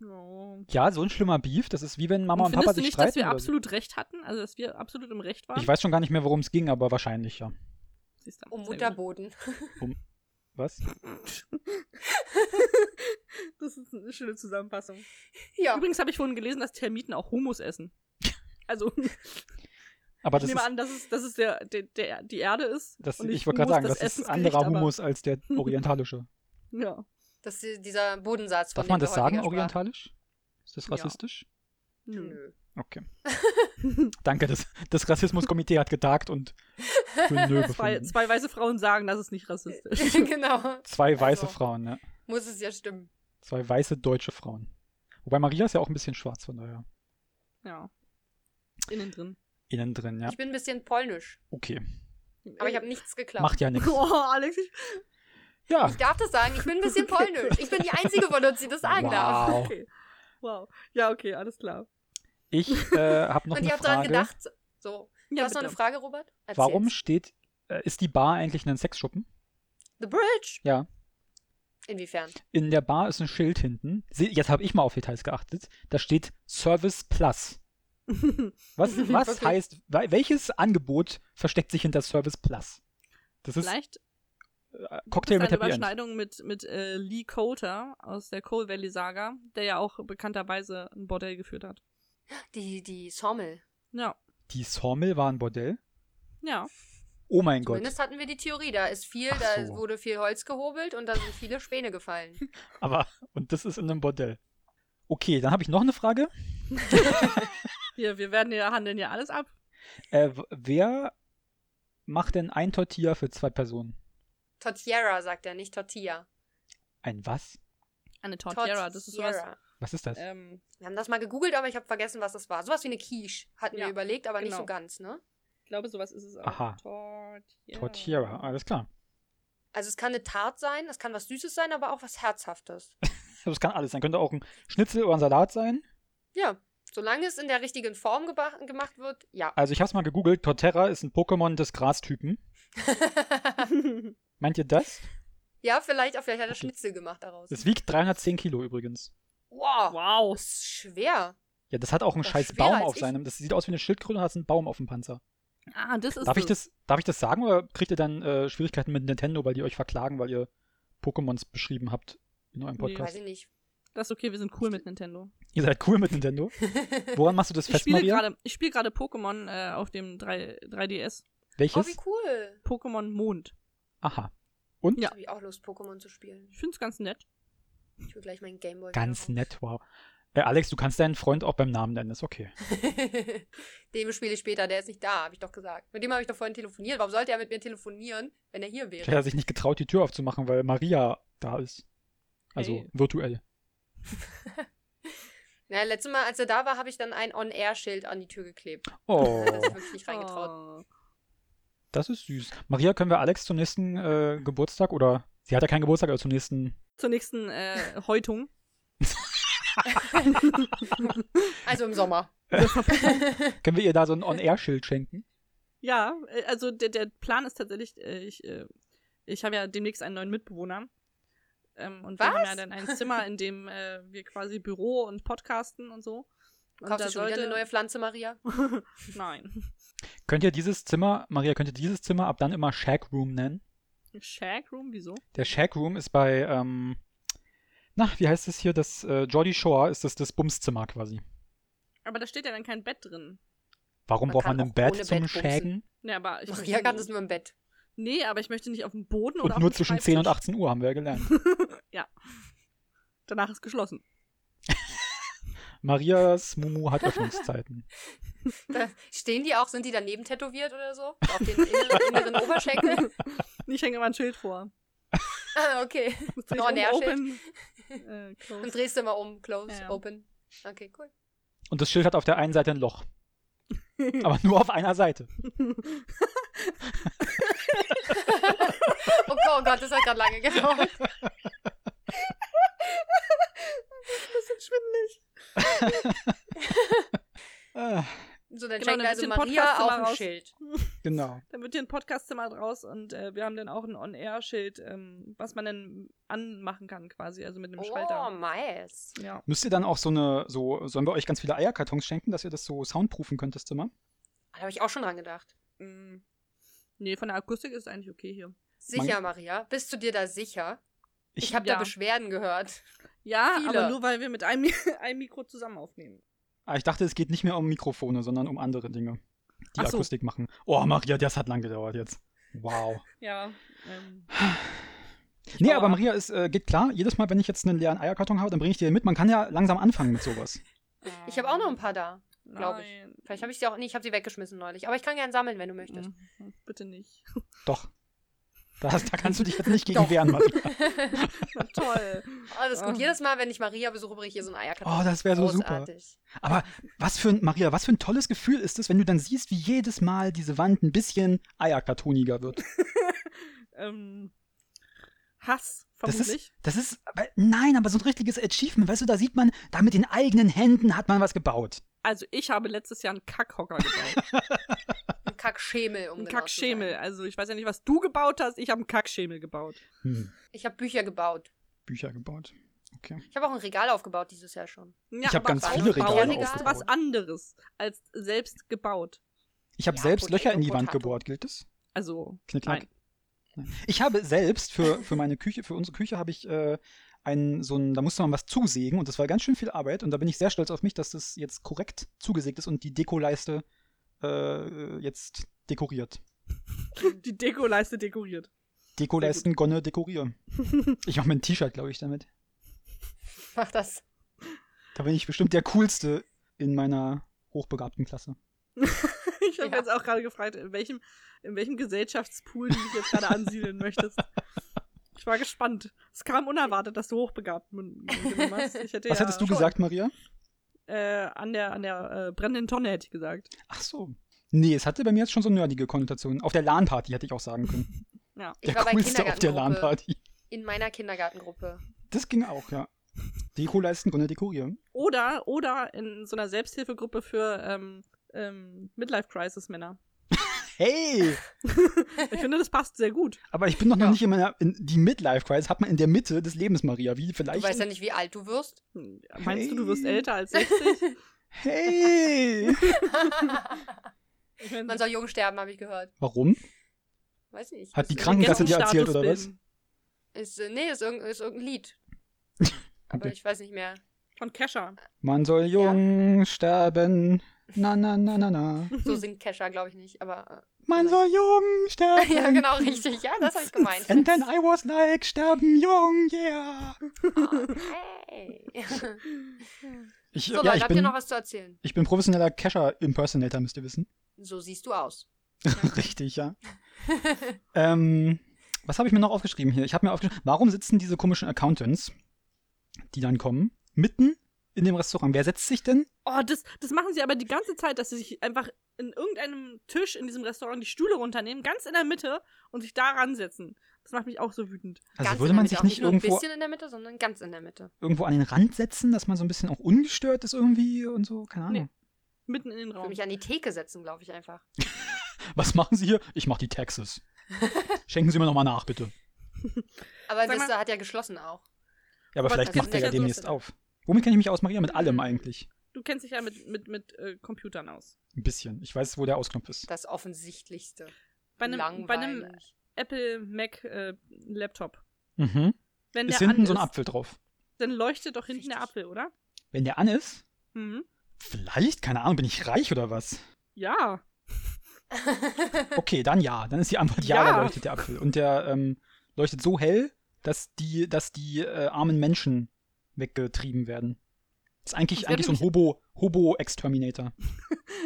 A: No.
C: Ja, so ein schlimmer Beef, das ist wie wenn Mama und,
A: findest
C: Papa
A: du
C: sich
A: nicht,
C: streiten.
A: dass wir
C: oder so.
A: absolut recht hatten? Also, dass wir absolut im Recht waren?
C: Ich weiß schon gar nicht mehr, worum es ging, aber wahrscheinlich, ja.
A: Siehst du,
B: Um
A: sehr gut. [LAUGHS]
B: Mutterboden.
C: Was?
A: Das ist eine schöne Zusammenfassung.
B: [LAUGHS] ja.
A: Übrigens habe ich vorhin gelesen, dass Termiten auch Humus essen.
C: [LAUGHS]
A: Also,
C: Aber
A: ich
C: das
A: nehme
C: ist,
A: an, dass es, dass es der, der, der, die Erde ist.
C: das,
A: und
C: ich
A: nicht
C: wollte gerade
A: Humus,
C: sagen, das, ist
A: Essensgericht,
C: anderer
A: aber-
C: Humus als
A: [LAUGHS]
C: der orientalische.
A: Ja.
B: Das ist die- dieser Bodensatz, von
C: Darf
B: dem
C: man
B: wir
C: das sagen,
B: häufiger sprachen.
C: orientalisch? Ist das
A: Ja.
C: rassistisch?
A: Nö.
B: [LAUGHS] Nö.
C: Okay. Danke, das, das Rassismuskomitee hat getagt und für nö
A: [LAUGHS] Zwei,
C: befunden.
A: zwei weiße Frauen sagen, das ist nicht rassistisch.
B: [LAUGHS] genau.
C: Zwei weiße
B: Also.
C: Frauen, ne?
B: Muss es ja stimmen.
C: Zwei weiße deutsche Frauen. Wobei Maria ist ja auch ein bisschen schwarz, von daher.
A: Ja. Innen drin.
C: Innen drin, ja.
B: Ich bin ein bisschen polnisch.
C: Okay.
B: Aber ich habe nichts geklaut.
C: Macht
A: [LAUGHS]
C: ja nichts.
A: Oh, Alex, ich,
C: Ja.
B: Ich darf das sagen, ich bin ein bisschen polnisch. Ich bin die Einzige von uns, die das sagen darf.
C: Wow.
A: okay. Wow. Ja, okay, alles klar.
C: Ich äh, habe noch
B: Und
C: eine
B: ich habe daran
C: Frage.
B: gedacht. So. Du
A: Ja,
B: hast noch eine
A: bitte.
B: Frage, Robert? Erzähl's.
C: Warum steht, äh, ist die Bar eigentlich ein Sexschuppen?
B: The Bridge.
C: Ja.
B: Inwiefern?
C: In der Bar ist ein Schild hinten. Seh- Jetzt habe ich mal auf Details geachtet. Da steht Service Plus.
A: [LAUGHS]
B: [LAUGHS]
C: Was, was
B: Okay.
C: heißt, wel- welches Angebot versteckt sich hinter Service Plus? Das ist
A: Vielleicht
C: äh,
A: gibt es
C: Cocktail
A: eine
C: mit Happy End.
A: Überschneidung mit, mit äh, Lee Coulter aus der Coal Valley Saga, der ja auch bekannterweise ein Bordell geführt hat.
B: Die, die Sommel.
A: Ja,
C: Die Sawmill war ein Bordell.
A: ja.
C: Oh mein Gott.
B: Zumindest hatten wir die Theorie. Da ist viel,
C: Ach
B: da
C: so.
B: wurde viel Holz gehobelt und da sind viele Späne
C: [LAUGHS]
B: gefallen.
C: Aber, und das ist in einem Bordell. Okay, dann habe ich noch eine Frage.
A: Wir, wir werden ja handeln ja alles ab.
C: Äh, w- wer macht denn ein Tortilla für zwei Personen?
B: Tortiera, sagt er, nicht Tortilla.
C: Ein was?
A: Eine Tortilla, das ist sowas.
B: Tortiera.
C: Was ist das?
B: Äh,
A: Ähm,
B: Wir haben das mal gegoogelt, aber ich habe vergessen, was das war. Sowas wie eine Quiche hatten
A: Ja,
B: wir überlegt, aber nicht
A: genau.
B: so ganz, ne?
A: ich glaube, sowas ist es auch.
C: Aha.
A: Tortilla. [LAUGHS]
C: Tortilla, alles klar.
B: Also es kann eine Tart sein, es kann was Süßes sein, aber auch was
C: [LAUGHS]
B: Herzhaftes.
C: Das kann alles sein. Könnte auch ein Schnitzel oder ein Salat sein.
B: Ja, solange es in der richtigen Form geba- gemacht wird, ja.
C: Also ich habe es mal gegoogelt. Torterra ist ein Pokémon des Grastypen. Meint ihr das?
B: [LAUGHS] ja, vielleicht, auch vielleicht hat er
C: Ah. Okay.
B: Schnitzel gemacht daraus.
C: Es wiegt 310 Kilo übrigens.
B: wow,
A: wow.
B: das ist schwer.
C: Ja, das hat auch einen
B: Das ist
C: scheiß
B: schwerer
C: Baum
B: als
C: auf
B: ich.
C: seinem. Das sieht aus wie eine Schildkröte und hat einen Baum auf dem Panzer.
A: Ah, das ist
C: Darf ich
A: es.
C: das, darf ich das sagen oder kriegt ihr dann äh, Schwierigkeiten mit Nintendo, weil die euch verklagen, weil ihr Pokémons beschrieben habt in eurem
A: Nee.
C: Podcast?
B: Weiß ich
C: [LAUGHS]
B: nicht.
A: Das ist okay, wir sind cool mit Nintendo.
C: Ihr seid cool mit Nintendo.
B: Oh,
C: Woran machst du das
A: Ich
C: fest,
A: spiele
C: Maria?
A: gerade ich spiele gerade Pokémon äh, auf dem 3, 3DS.
B: Oh,
C: Welches?
B: wie cool.
A: Pokémon Mond.
C: Aha. Und?
A: Ja.
B: Hab ich auch Lust, Pokémon zu spielen.
A: Ich find's ganz nett.
B: Ich will gleich meinen Gameboy.
C: Ganz
B: wieder raus.
C: nett, wow. Äh, Alex, du kannst deinen Freund auch beim Namen nennen, ist okay.
B: [LAUGHS] dem spiele ich später, der ist nicht da, habe ich doch gesagt. Mit dem habe ich doch vorhin telefoniert. Warum sollte er mit mir telefonieren, wenn er hier
C: Vielleicht hat
B: wäre?
C: er sich nicht getraut, die Tür aufzumachen, weil Maria da ist. Also
A: Hey.
C: virtuell.
B: Na, letztes Mal, als er da war, habe ich dann ein On-Air-Schild an die Tür geklebt. [LAUGHS]
C: Oh,
B: Da hat er sich wirklich nicht reingetraut.
A: Oh.
C: das ist süß. Maria, können wir Alex zum nächsten äh, Geburtstag oder sie hat ja keinen Geburtstag, aber zum nächsten.
A: Zur nächsten äh, Häutung. Oh.
B: Also im
C: [LAUGHS]
B: Sommer.
C: Können wir ihr da so ein On-Air-Schild schenken?
A: Ja, äh, also der, der Plan ist tatsächlich, äh, ich, äh, ich habe ja demnächst einen neuen Mitbewohner. Ähm, und wir haben ja dann ein Zimmer, in dem äh, wir quasi Büro und Podcasten und so. Und
B: Kaufst du schon wieder eine neue Pflanze, Maria?
A: [LAUGHS] Nein.
C: Könnt ihr dieses Zimmer, Maria, könnt ihr dieses Zimmer ab dann immer Shack Room nennen?
A: Shack Room, wieso?
C: Der Shack Room ist bei, ähm, na, wie heißt es hier? Das äh, Jordi Shore ist das, das Bumszimmer quasi.
A: Aber da steht ja dann kein Bett drin.
C: Warum
B: Man
C: braucht
B: kann
C: man ein
B: auch
C: Bett
B: ohne
C: zum
B: Bett bumsen.
C: Shacken?
A: Oh, Nee, aber ich
B: Maria
A: möchte
B: kann
A: nur-
B: das nur im Bett.
A: Nee, aber ich möchte nicht auf dem Boden oder
C: Und
A: auf
C: nur
A: dem
C: zwischen 10 und
A: Schreibtisch.
C: 18 Uhr haben wir ja gelernt.
B: [LAUGHS]
A: Danach ist geschlossen.
C: Marias Mumu hat Öffnungszeiten.
B: Da stehen die auch, sind die daneben tätowiert oder so? Auf den inneren, inneren
A: [LAUGHS]
B: Oberschenkel?
A: Ich hänge immer ein Schild vor.
B: Ah, okay.
A: Das dreh ich
B: Noch ein
A: um,
B: Leerschild?
A: open, äh, close.
B: Und drehst du immer um, close,
A: Ja.
B: open. Okay, cool.
C: Und das Schild hat auf der einen Seite ein
B: [LAUGHS]
C: Loch. Aber nur auf einer Seite.
B: Oh Gott, oh Gott, das hat gerade lange [LAUGHS] gedauert.
A: bisschen schwindelig.
C: Ah,
B: So, dann
A: Genau,
B: schenken
A: dann
B: wir also
A: bisschen
B: Maria
A: Podcast-Zimmer
B: auch ein
A: raus.
B: Schild.
C: genau.
A: Dann wird hier ein Podcastzimmer draus und äh, wir haben dann auch ein On-Air-Schild, ähm, was man dann anmachen kann quasi, also mit einem
B: Oh,
A: Schalter.
B: Miles.
A: Ja.
C: Müsst ihr dann auch so eine, so, sollen wir euch ganz viele Eierkartons schenken, dass ihr das so soundproofen könnt, das Zimmer?
B: Da habe ich auch schon dran gedacht.
A: Mm. Nee, von der Akustik ist eigentlich okay hier.
B: Sicher, Maria? Bist du dir da sicher? Ich, habe
A: ja.
B: da Beschwerden gehört.
A: Ja,
B: Viele.
A: aber nur weil wir mit einem, Mi- [LAUGHS] einem Mikro zusammen aufnehmen.
C: Ah, ich dachte, es geht nicht mehr um Mikrofone, sondern um andere Dinge, die
A: Ach so.
C: Akustik machen. Oh, Maria, das hat lang gedauert jetzt. Wow.
A: Ja. Ähm,
C: Nee,
A: Aua.
C: aber Maria, es äh, geht klar. Jedes Mal, wenn ich jetzt einen leeren Eierkarton habe, dann bringe ich dir den mit. Man kann ja langsam anfangen mit sowas.
B: Ich habe auch noch ein paar da. glaub ich.
A: Nein.
B: Vielleicht habe ich sie auch. Nee, ich habe sie weggeschmissen neulich. Aber ich kann gerne sammeln, wenn du möchtest.
A: Mhm. Bitte nicht.
C: Doch. Das, da kannst du dich jetzt nicht gegen
B: Doch.
C: wehren, Maria.
A: Na toll.
B: [LAUGHS]
A: [LAUGHS]
B: Alles gut.
A: Ah.
B: Jedes Mal, wenn ich Maria besuche, bringe ich ihr so einen Eierkarton.
C: Oh, das wär so super.
B: Großartig.
C: Aber was für ein, Maria, was für ein tolles Gefühl ist es, wenn du dann siehst, wie jedes Mal diese Wand ein bisschen eierkartoniger wird.
A: ähm, Hass,
C: Das ist-
A: vermutlich.
C: Das ist, aber, nein, aber so ein richtiges Achievement. Weißt du, da sieht man, da mit den eigenen Händen hat man was gebaut.
A: Also ich habe letztes Jahr einen Kackhocker
B: [LAUGHS]
A: gebaut.
B: Ein Kackschemel, um
A: einen
B: genau Zu
A: Kackschemel.
B: sein.
A: Also ich weiß ja nicht, was du gebaut hast. Ich habe einen Kackschemel gebaut.
C: Hm,
B: Ich habe Bücher gebaut.
C: Bücher gebaut. Okay.
B: Ich habe auch ein Regal aufgebaut dieses Jahr schon.
A: Ja,
C: Ich hab
A: aber
C: ganz
A: bauen-
B: viele
A: bauen
B: Regale
A: ist
B: aufgebaut.
A: was anderes als selbst gebaut.
C: Ich habe
B: Ja,
C: selbst
B: Potato,
C: Löcher in die Wand
B: Potato.
C: gebohrt, gilt es?
A: Also,
C: Knick, knack.
A: nein.
C: Ich habe selbst für, für meine Küche, für unsere Küche habe ich äh, einen, so ein, da musste man was zusägen und das war ganz schön viel Arbeit und da bin ich sehr stolz auf mich, dass das jetzt korrekt zugesägt ist und die Dekoleiste äh, jetzt dekoriert.
A: [LAUGHS] Die Dekoleiste dekoriert. [LAUGHS]
C: Dekoleisten gonne dekorieren. Ich mache mir ein T-Shirt, glaube ich, damit.
B: Mach das.
C: Da bin ich bestimmt der coolste in meiner hochbegabten Klasse.
A: Ich habe
B: Ja.
A: jetzt auch gerade gefragt, in welchem, in welchem Gesellschaftspool du dich jetzt gerade ansiedeln
C: [LAUGHS]
A: möchtest. Ich war gespannt. Es kam unerwartet, dass du hochbegabt m- genommen hast. Ich hätte
C: Was
A: ja
C: hättest du
A: schon,
C: gesagt, Maria?
A: Äh, an der, an der äh, brennenden Tonne hätte ich gesagt.
C: Ach so. Nee, es hatte bei mir jetzt schon so nerdige Konnotationen. Auf der LAN-Party hätte ich auch sagen können.
B: Ich
C: der
B: war bei
C: coolste auf der
B: Kindergartengruppe.
C: LAN-Party.
B: In meiner Kindergartengruppe.
C: Das ging auch, ja. Dekoleisten gonne dekorieren.
A: Oder, oder in so einer Selbsthilfegruppe für ähm, ähm, Midlife-Crisis-Männer.
C: Hey!
A: Ich finde, das passt sehr gut.
C: Aber ich bin doch noch
B: Ja.
C: nicht in meiner. In die Midlife-Crisis hat man in der Mitte des Lebens, Maria. Wie
B: Du
C: vielleicht.
B: weißt ja nicht, wie alt du
C: [LAUGHS]
B: wirst.
A: Hm, Meinst du, du wirst
C: Hey.
A: älter als 60?
B: [LAUGHS]
C: hey!
A: Ich mein,
B: Man soll jung sterben, habe ich gehört.
C: Warum?
B: Weiß nicht.
C: Hat die
B: Ist
C: Krankenkasse dir
B: irgendein-
C: erzählt,
A: Status
C: oder was?
A: bilden.
B: Ist, äh, nee, ist, irgend, ist irgendein Lied. Aber
C: Okay.
B: ich weiß nicht mehr.
A: Von Kesha.
C: Man soll jung sterben. Na, na, na, na, na.
B: So
C: [LAUGHS]
B: singt Kesha, glaube ich nicht. Aber
C: Man soll jung [LAUGHS] sterben.
B: [LAUGHS] ja, genau, richtig. Ja, das habe ich gemeint.
C: And then I was like, sterben jung, yeah.
B: [LAUGHS]
C: [LAUGHS]
B: Hey.
C: Ich,
B: So,
C: äh, ja,
B: Leute,
C: ich,
B: habt ihr
C: bin,
B: noch was zu erzählen?
C: ich bin professioneller Kescher-Impersonator, müsst ihr wissen.
B: So siehst du
C: [LAUGHS]
B: aus.
C: Richtig, ja. ähm, was habe ich mir noch aufgeschrieben hier? Ich habe mir aufgeschrieben, warum sitzen diese komischen Accountants, die dann kommen, mitten in dem Restaurant? Wer setzt sich denn?
A: Oh, das, das machen sie aber die ganze Zeit, dass sie sich einfach in irgendeinem Tisch in diesem Restaurant die Stühle runternehmen, ganz in der Mitte und sich da ransetzen. Das macht mich auch so wütend.
C: Also
B: Ganz
C: würde
B: in der
C: man
B: Mitte,
C: sich
B: auch
C: nicht
B: nur ein
C: irgendwo,
B: bisschen in der Mitte, sondern ganz in der Mitte.
C: irgendwo an den Rand setzen, dass man so ein bisschen auch ungestört ist irgendwie und so? Keine Ahnung.
A: Mitten in den
B: Ich würde
A: Raum.
B: mich an die Theke setzen, glaube ich einfach.
C: Was machen Sie hier? Ich mache die Taxes. Schenken Sie mir nochmal nach, bitte.
B: Aber
A: Sag mal-
B: Vista hat ja geschlossen auch.
C: Ja, aber
A: Aber
C: vielleicht
A: das
C: macht
A: ist
C: er ja
A: ja so,
C: demnächst
A: dass er-
C: auf. Womit kenne ich mich aus, Maria? Mit allem
B: Hm.
C: eigentlich.
A: Du kennst dich ja mit, mit, mit äh, Computern aus.
C: Ein bisschen. Ich weiß, wo der Ausknopf ist.
B: Das Offensichtlichste.
A: Bei einem,
B: Langweilig.
A: bei einem Apple Mac äh, Laptop.
C: Mhm.
A: Wenn
C: Ist
A: der an
C: hinten so ein
A: ist,
C: Apfel drauf.
A: dann leuchtet doch hinten der
B: Richtig.
A: Apfel, oder?
C: Wenn der an ist,
A: Mhm.
C: vielleicht, keine Ahnung, bin ich reich
B: [LAUGHS]
C: oder was?
A: Ja. [LAUGHS]
C: Okay, dann ja. Dann ist die Antwort ja,
A: Ja.
C: da leuchtet der Apfel. Und der ähm, leuchtet so hell, dass die, dass die äh, armen Menschen weggetrieben werden. Ist eigentlich,
A: Das wird
C: eigentlich so ein
A: nämlich-
C: Hobo, Hobo-Exterminator.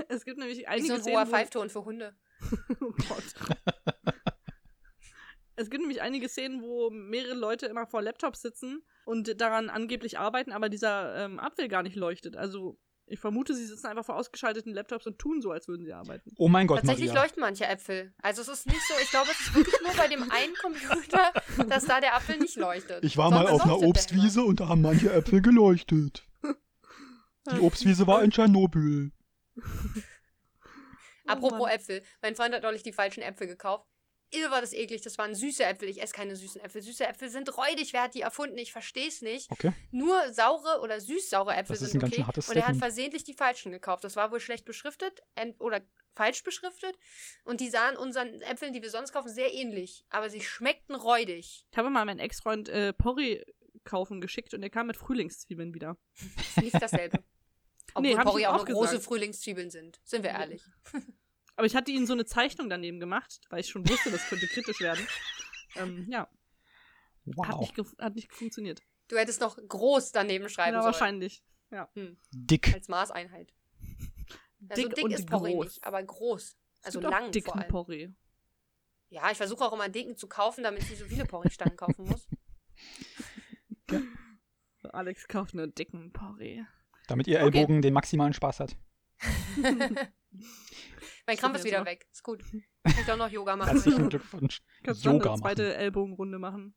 A: Es gibt nämlich
B: Wie
A: einige
B: so ein
A: Szenen,
B: hoher
A: wo-
B: Pfeifton für Hunde.
A: [LAUGHS] Oh Gott. es gibt nämlich einige Szenen, wo mehrere Leute immer vor Laptops sitzen und daran angeblich arbeiten, aber dieser ähm, Apfel gar nicht leuchtet. Also ich vermute, sie sitzen einfach vor ausgeschalteten Laptops und tun so, als würden sie arbeiten.
C: Oh mein Gott,
B: Tatsächlich
C: Maria.
B: leuchten manche Äpfel. Also es ist nicht so, ich glaube, es ist wirklich nur bei dem einen Computer, dass da der Apfel nicht leuchtet.
C: Ich war mal
B: Sonst
C: auf einer
B: leuchtet der
C: Obstwiese und da haben manche
B: [LAUGHS]
C: Äpfel geleuchtet. Die Obstwiese war in Tschernobyl.
B: immer. Apropos
A: Mann.
B: Äpfel. Mein Freund hat neulich die falschen Äpfel gekauft. Irre war das eklig, das waren süße Äpfel. Ich esse keine süßen Äpfel. Süße Äpfel sind räudig. Wer hat die erfunden? Ich verstehe es nicht.
C: Okay.
B: Nur saure oder süß-saure Äpfel
C: Das ist ein
B: sind
C: ganz
B: okay.
C: schön hartes
B: und er hat
C: Statement.
B: versehentlich die falschen gekauft. Das war wohl schlecht beschriftet ent- oder falsch beschriftet. Und die sahen unseren Äpfeln, die wir sonst kaufen, sehr ähnlich. Aber sie schmeckten räudig.
A: Ich habe mal meinen Ex-Freund äh, Porree kaufen geschickt und er kam mit Frühlingszwiebeln wieder.
B: Ist nicht
C: [LAUGHS]
B: dasselbe. Obwohl
A: Nee, hab ich
B: Porree
A: ihm
B: auch,
A: auch
B: nur große
A: gesagt.
B: Frühlingszwiebeln sind. Sind wir ehrlich.
A: Aber ich hatte ihnen so eine Zeichnung daneben gemacht, weil ich schon wusste, das könnte kritisch werden. Ähm, ja, hat,
C: Wow.
A: nicht gef- hat nicht funktioniert.
B: Du hättest noch groß daneben schreiben
A: Ja,
B: sollen.
A: wahrscheinlich.
C: Dick.
A: [LAUGHS]
B: Als Maßeinheit. Also dick,
A: und
B: ist Porree
A: groß.
B: nicht, aber groß.
A: Es
B: Also
A: gibt auch
B: lang
A: dicken
B: vor allem.
A: Porree.
B: Ja, ich versuche auch immer dicken zu kaufen, damit ich nicht so viele Porree-Stangen kaufen muss.
A: Alex kauft einen dicken Porree.
C: Damit ihr
B: Okay.
C: Ellbogen den maximalen Spaß hat.
B: [LAUGHS] Mein Krampf
A: mir jetzt
B: ist wieder
A: mal.
B: weg. Ist gut. Kann ich doch noch Yoga
C: Herzlichen
B: machen.
C: Glückwunsch.
A: Kannst du dann
C: Yoga
A: eine zweite Ellbogenrunde machen?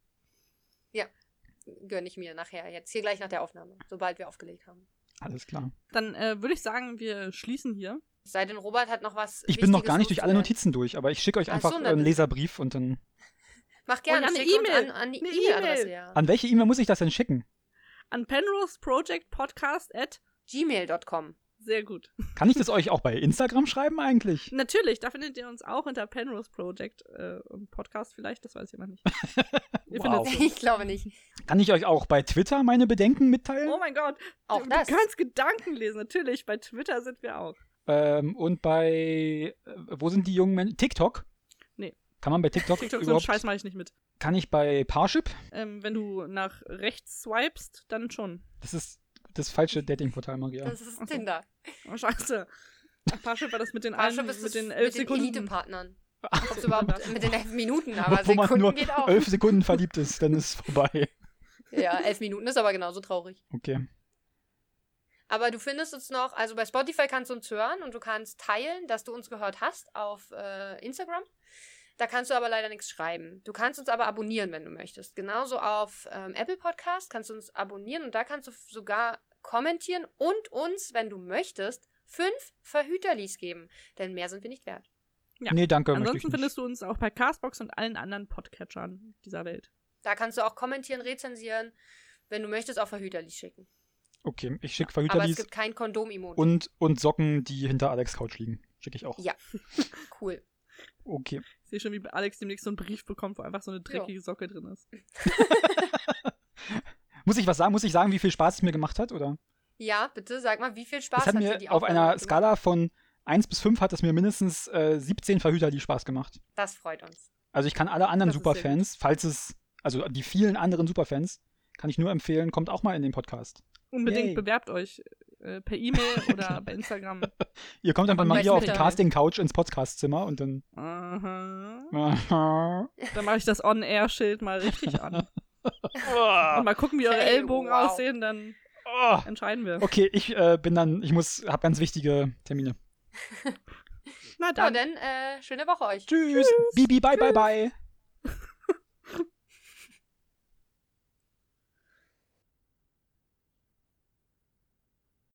B: Gönn ich mir nachher. Jetzt hier gleich nach der Aufnahme. Sobald wir aufgelegt haben.
C: Alles klar.
A: Dann äh, würde ich sagen, wir schließen hier.
B: Es sei denn, Robert hat noch was.
C: Ich bin noch
B: Wichtiges
C: gar nicht durch alle
B: loszuwerden.
C: Notizen durch, aber ich schicke euch
B: Ach
C: einfach
B: so,
C: äh,
B: dann-
C: einen Leserbrief und dann.
B: Mach gerne
A: Und eine
B: schick uns
A: E-Mail.
B: An, an die
A: Eine
B: E-Mail-Adresse,
A: E-Mail.
B: ja.
C: An welche E-Mail muss ich das denn schicken?
A: An Penrose Project Podcast at
B: Gmail.com.
A: sehr gut.
C: Kann
B: [LAUGHS]
C: ich das euch auch bei Instagram schreiben eigentlich?
A: Natürlich, da findet ihr uns auch unter Penrose Project äh, und Podcast vielleicht, das weiß jemand nicht. Ihr
B: [LAUGHS]
C: Wow.
A: findet's-
B: Ich glaube nicht.
C: Kann ich euch auch bei Twitter meine Bedenken mitteilen?
A: Oh mein Gott,
B: Auch
A: du,
B: das.
A: du kannst Gedanken lesen, natürlich. Bei Twitter sind wir auch.
C: Ähm, und bei. Äh, wo sind die jungen Menschen? TikTok?
A: Nee.
C: Kann man bei
B: [LAUGHS]
C: TikTok,
A: TikTok, so einen
C: überhaupt.
A: Scheiß mache ich nicht mit.
C: kann ich bei Parship?
A: Ähm, wenn du nach rechts swipest, dann schon.
C: Das ist das
B: [LAUGHS]
C: falsche Datingportal, Maria.
B: [LAUGHS] Das ist Tinder.
A: Oh, scheiße. Ach, Parship war das mit den,
B: Ah, schon
A: allen,
B: bist
A: mit
B: du
A: den
B: mit
A: elf
B: den
A: Sekunden. [LAUGHS]
B: Elite-Partnern.
A: Ach,
B: Ob's überhaupt mit den elf Minuten, aber
C: Wo man
B: Sekunden
C: nur
B: geht auch.
C: elf Sekunden verliebt ist, dann ist es vorbei. [LAUGHS]
B: Ja, elf Minuten ist aber genauso traurig.
C: Okay.
B: Aber du findest uns noch, also bei Spotify kannst du uns hören und du kannst teilen, dass du uns gehört hast auf äh, Instagram. Da kannst du aber leider nichts schreiben. Du kannst uns aber abonnieren, wenn du möchtest. Genauso auf ähm, Apple Podcast kannst du uns abonnieren und da kannst du f- sogar kommentieren und uns, wenn du möchtest, fünf Verhüterlis geben. Denn mehr sind wir nicht wert.
A: Ja.
C: Nee, danke. möchte
A: Ansonsten
C: ich nicht.
A: findest du uns auch bei Castbox und allen anderen Podcatchern dieser Welt.
B: Da kannst du auch kommentieren, rezensieren, wenn du möchtest, auch Verhüterlis schicken.
C: Okay, ich schicke
B: Aber es
C: Verhüterlis
B: gibt kein Kondom-Emoji.
C: und, und Socken, die hinter Alex Couch liegen. Schicke ich auch.
B: Ja. Cool.
C: Okay.
A: Ich sehe schon, wie Alex demnächst so einen Brief bekommt, wo einfach so eine dreckige Socke drin ist.
C: Muss ich was sagen? Muss ich sagen, wie viel Spaß es mir gemacht hat? Oder?
B: Ja, bitte sag mal, wie viel Spaß
C: es hat
B: dir
C: mir
B: die
C: auf
B: Aufnahme
C: einer
B: gemacht?
C: Skala von 1 bis 5 hat es mir mindestens äh, 17 Verhüterli Spaß gemacht.
B: Das freut uns.
C: Also ich kann alle anderen
B: Das ist sehr
C: Superfans, falls es, also die vielen anderen Superfans, kann ich nur empfehlen, kommt auch mal in den Podcast.
A: Unbedingt
C: Yay.
A: bewerbt euch äh, per E-Mail oder bei Instagram.
C: Ihr kommt einfach mal
B: Bei
C: hier auf die
B: Twitter.
C: Casting-Couch ins Podcast-Zimmer
B: [LAUGHS]
C: und dann. [LAUGHS] Ah,
A: Aha. Dann mache ich das On-Air-Schild mal richtig an. Und
C: Oh,
A: mal gucken, wie eure
B: Hey,
A: Ellbogen
B: wow.
A: aussehen, dann
C: oh.
A: entscheiden wir.
C: Okay, ich äh, bin dann, ich muss, hab ganz wichtige Termine.
A: Na
B: So,
A: dann.
B: dann äh, schöne Woche euch.
C: Tschüss. Bibi, bye, bye, bye.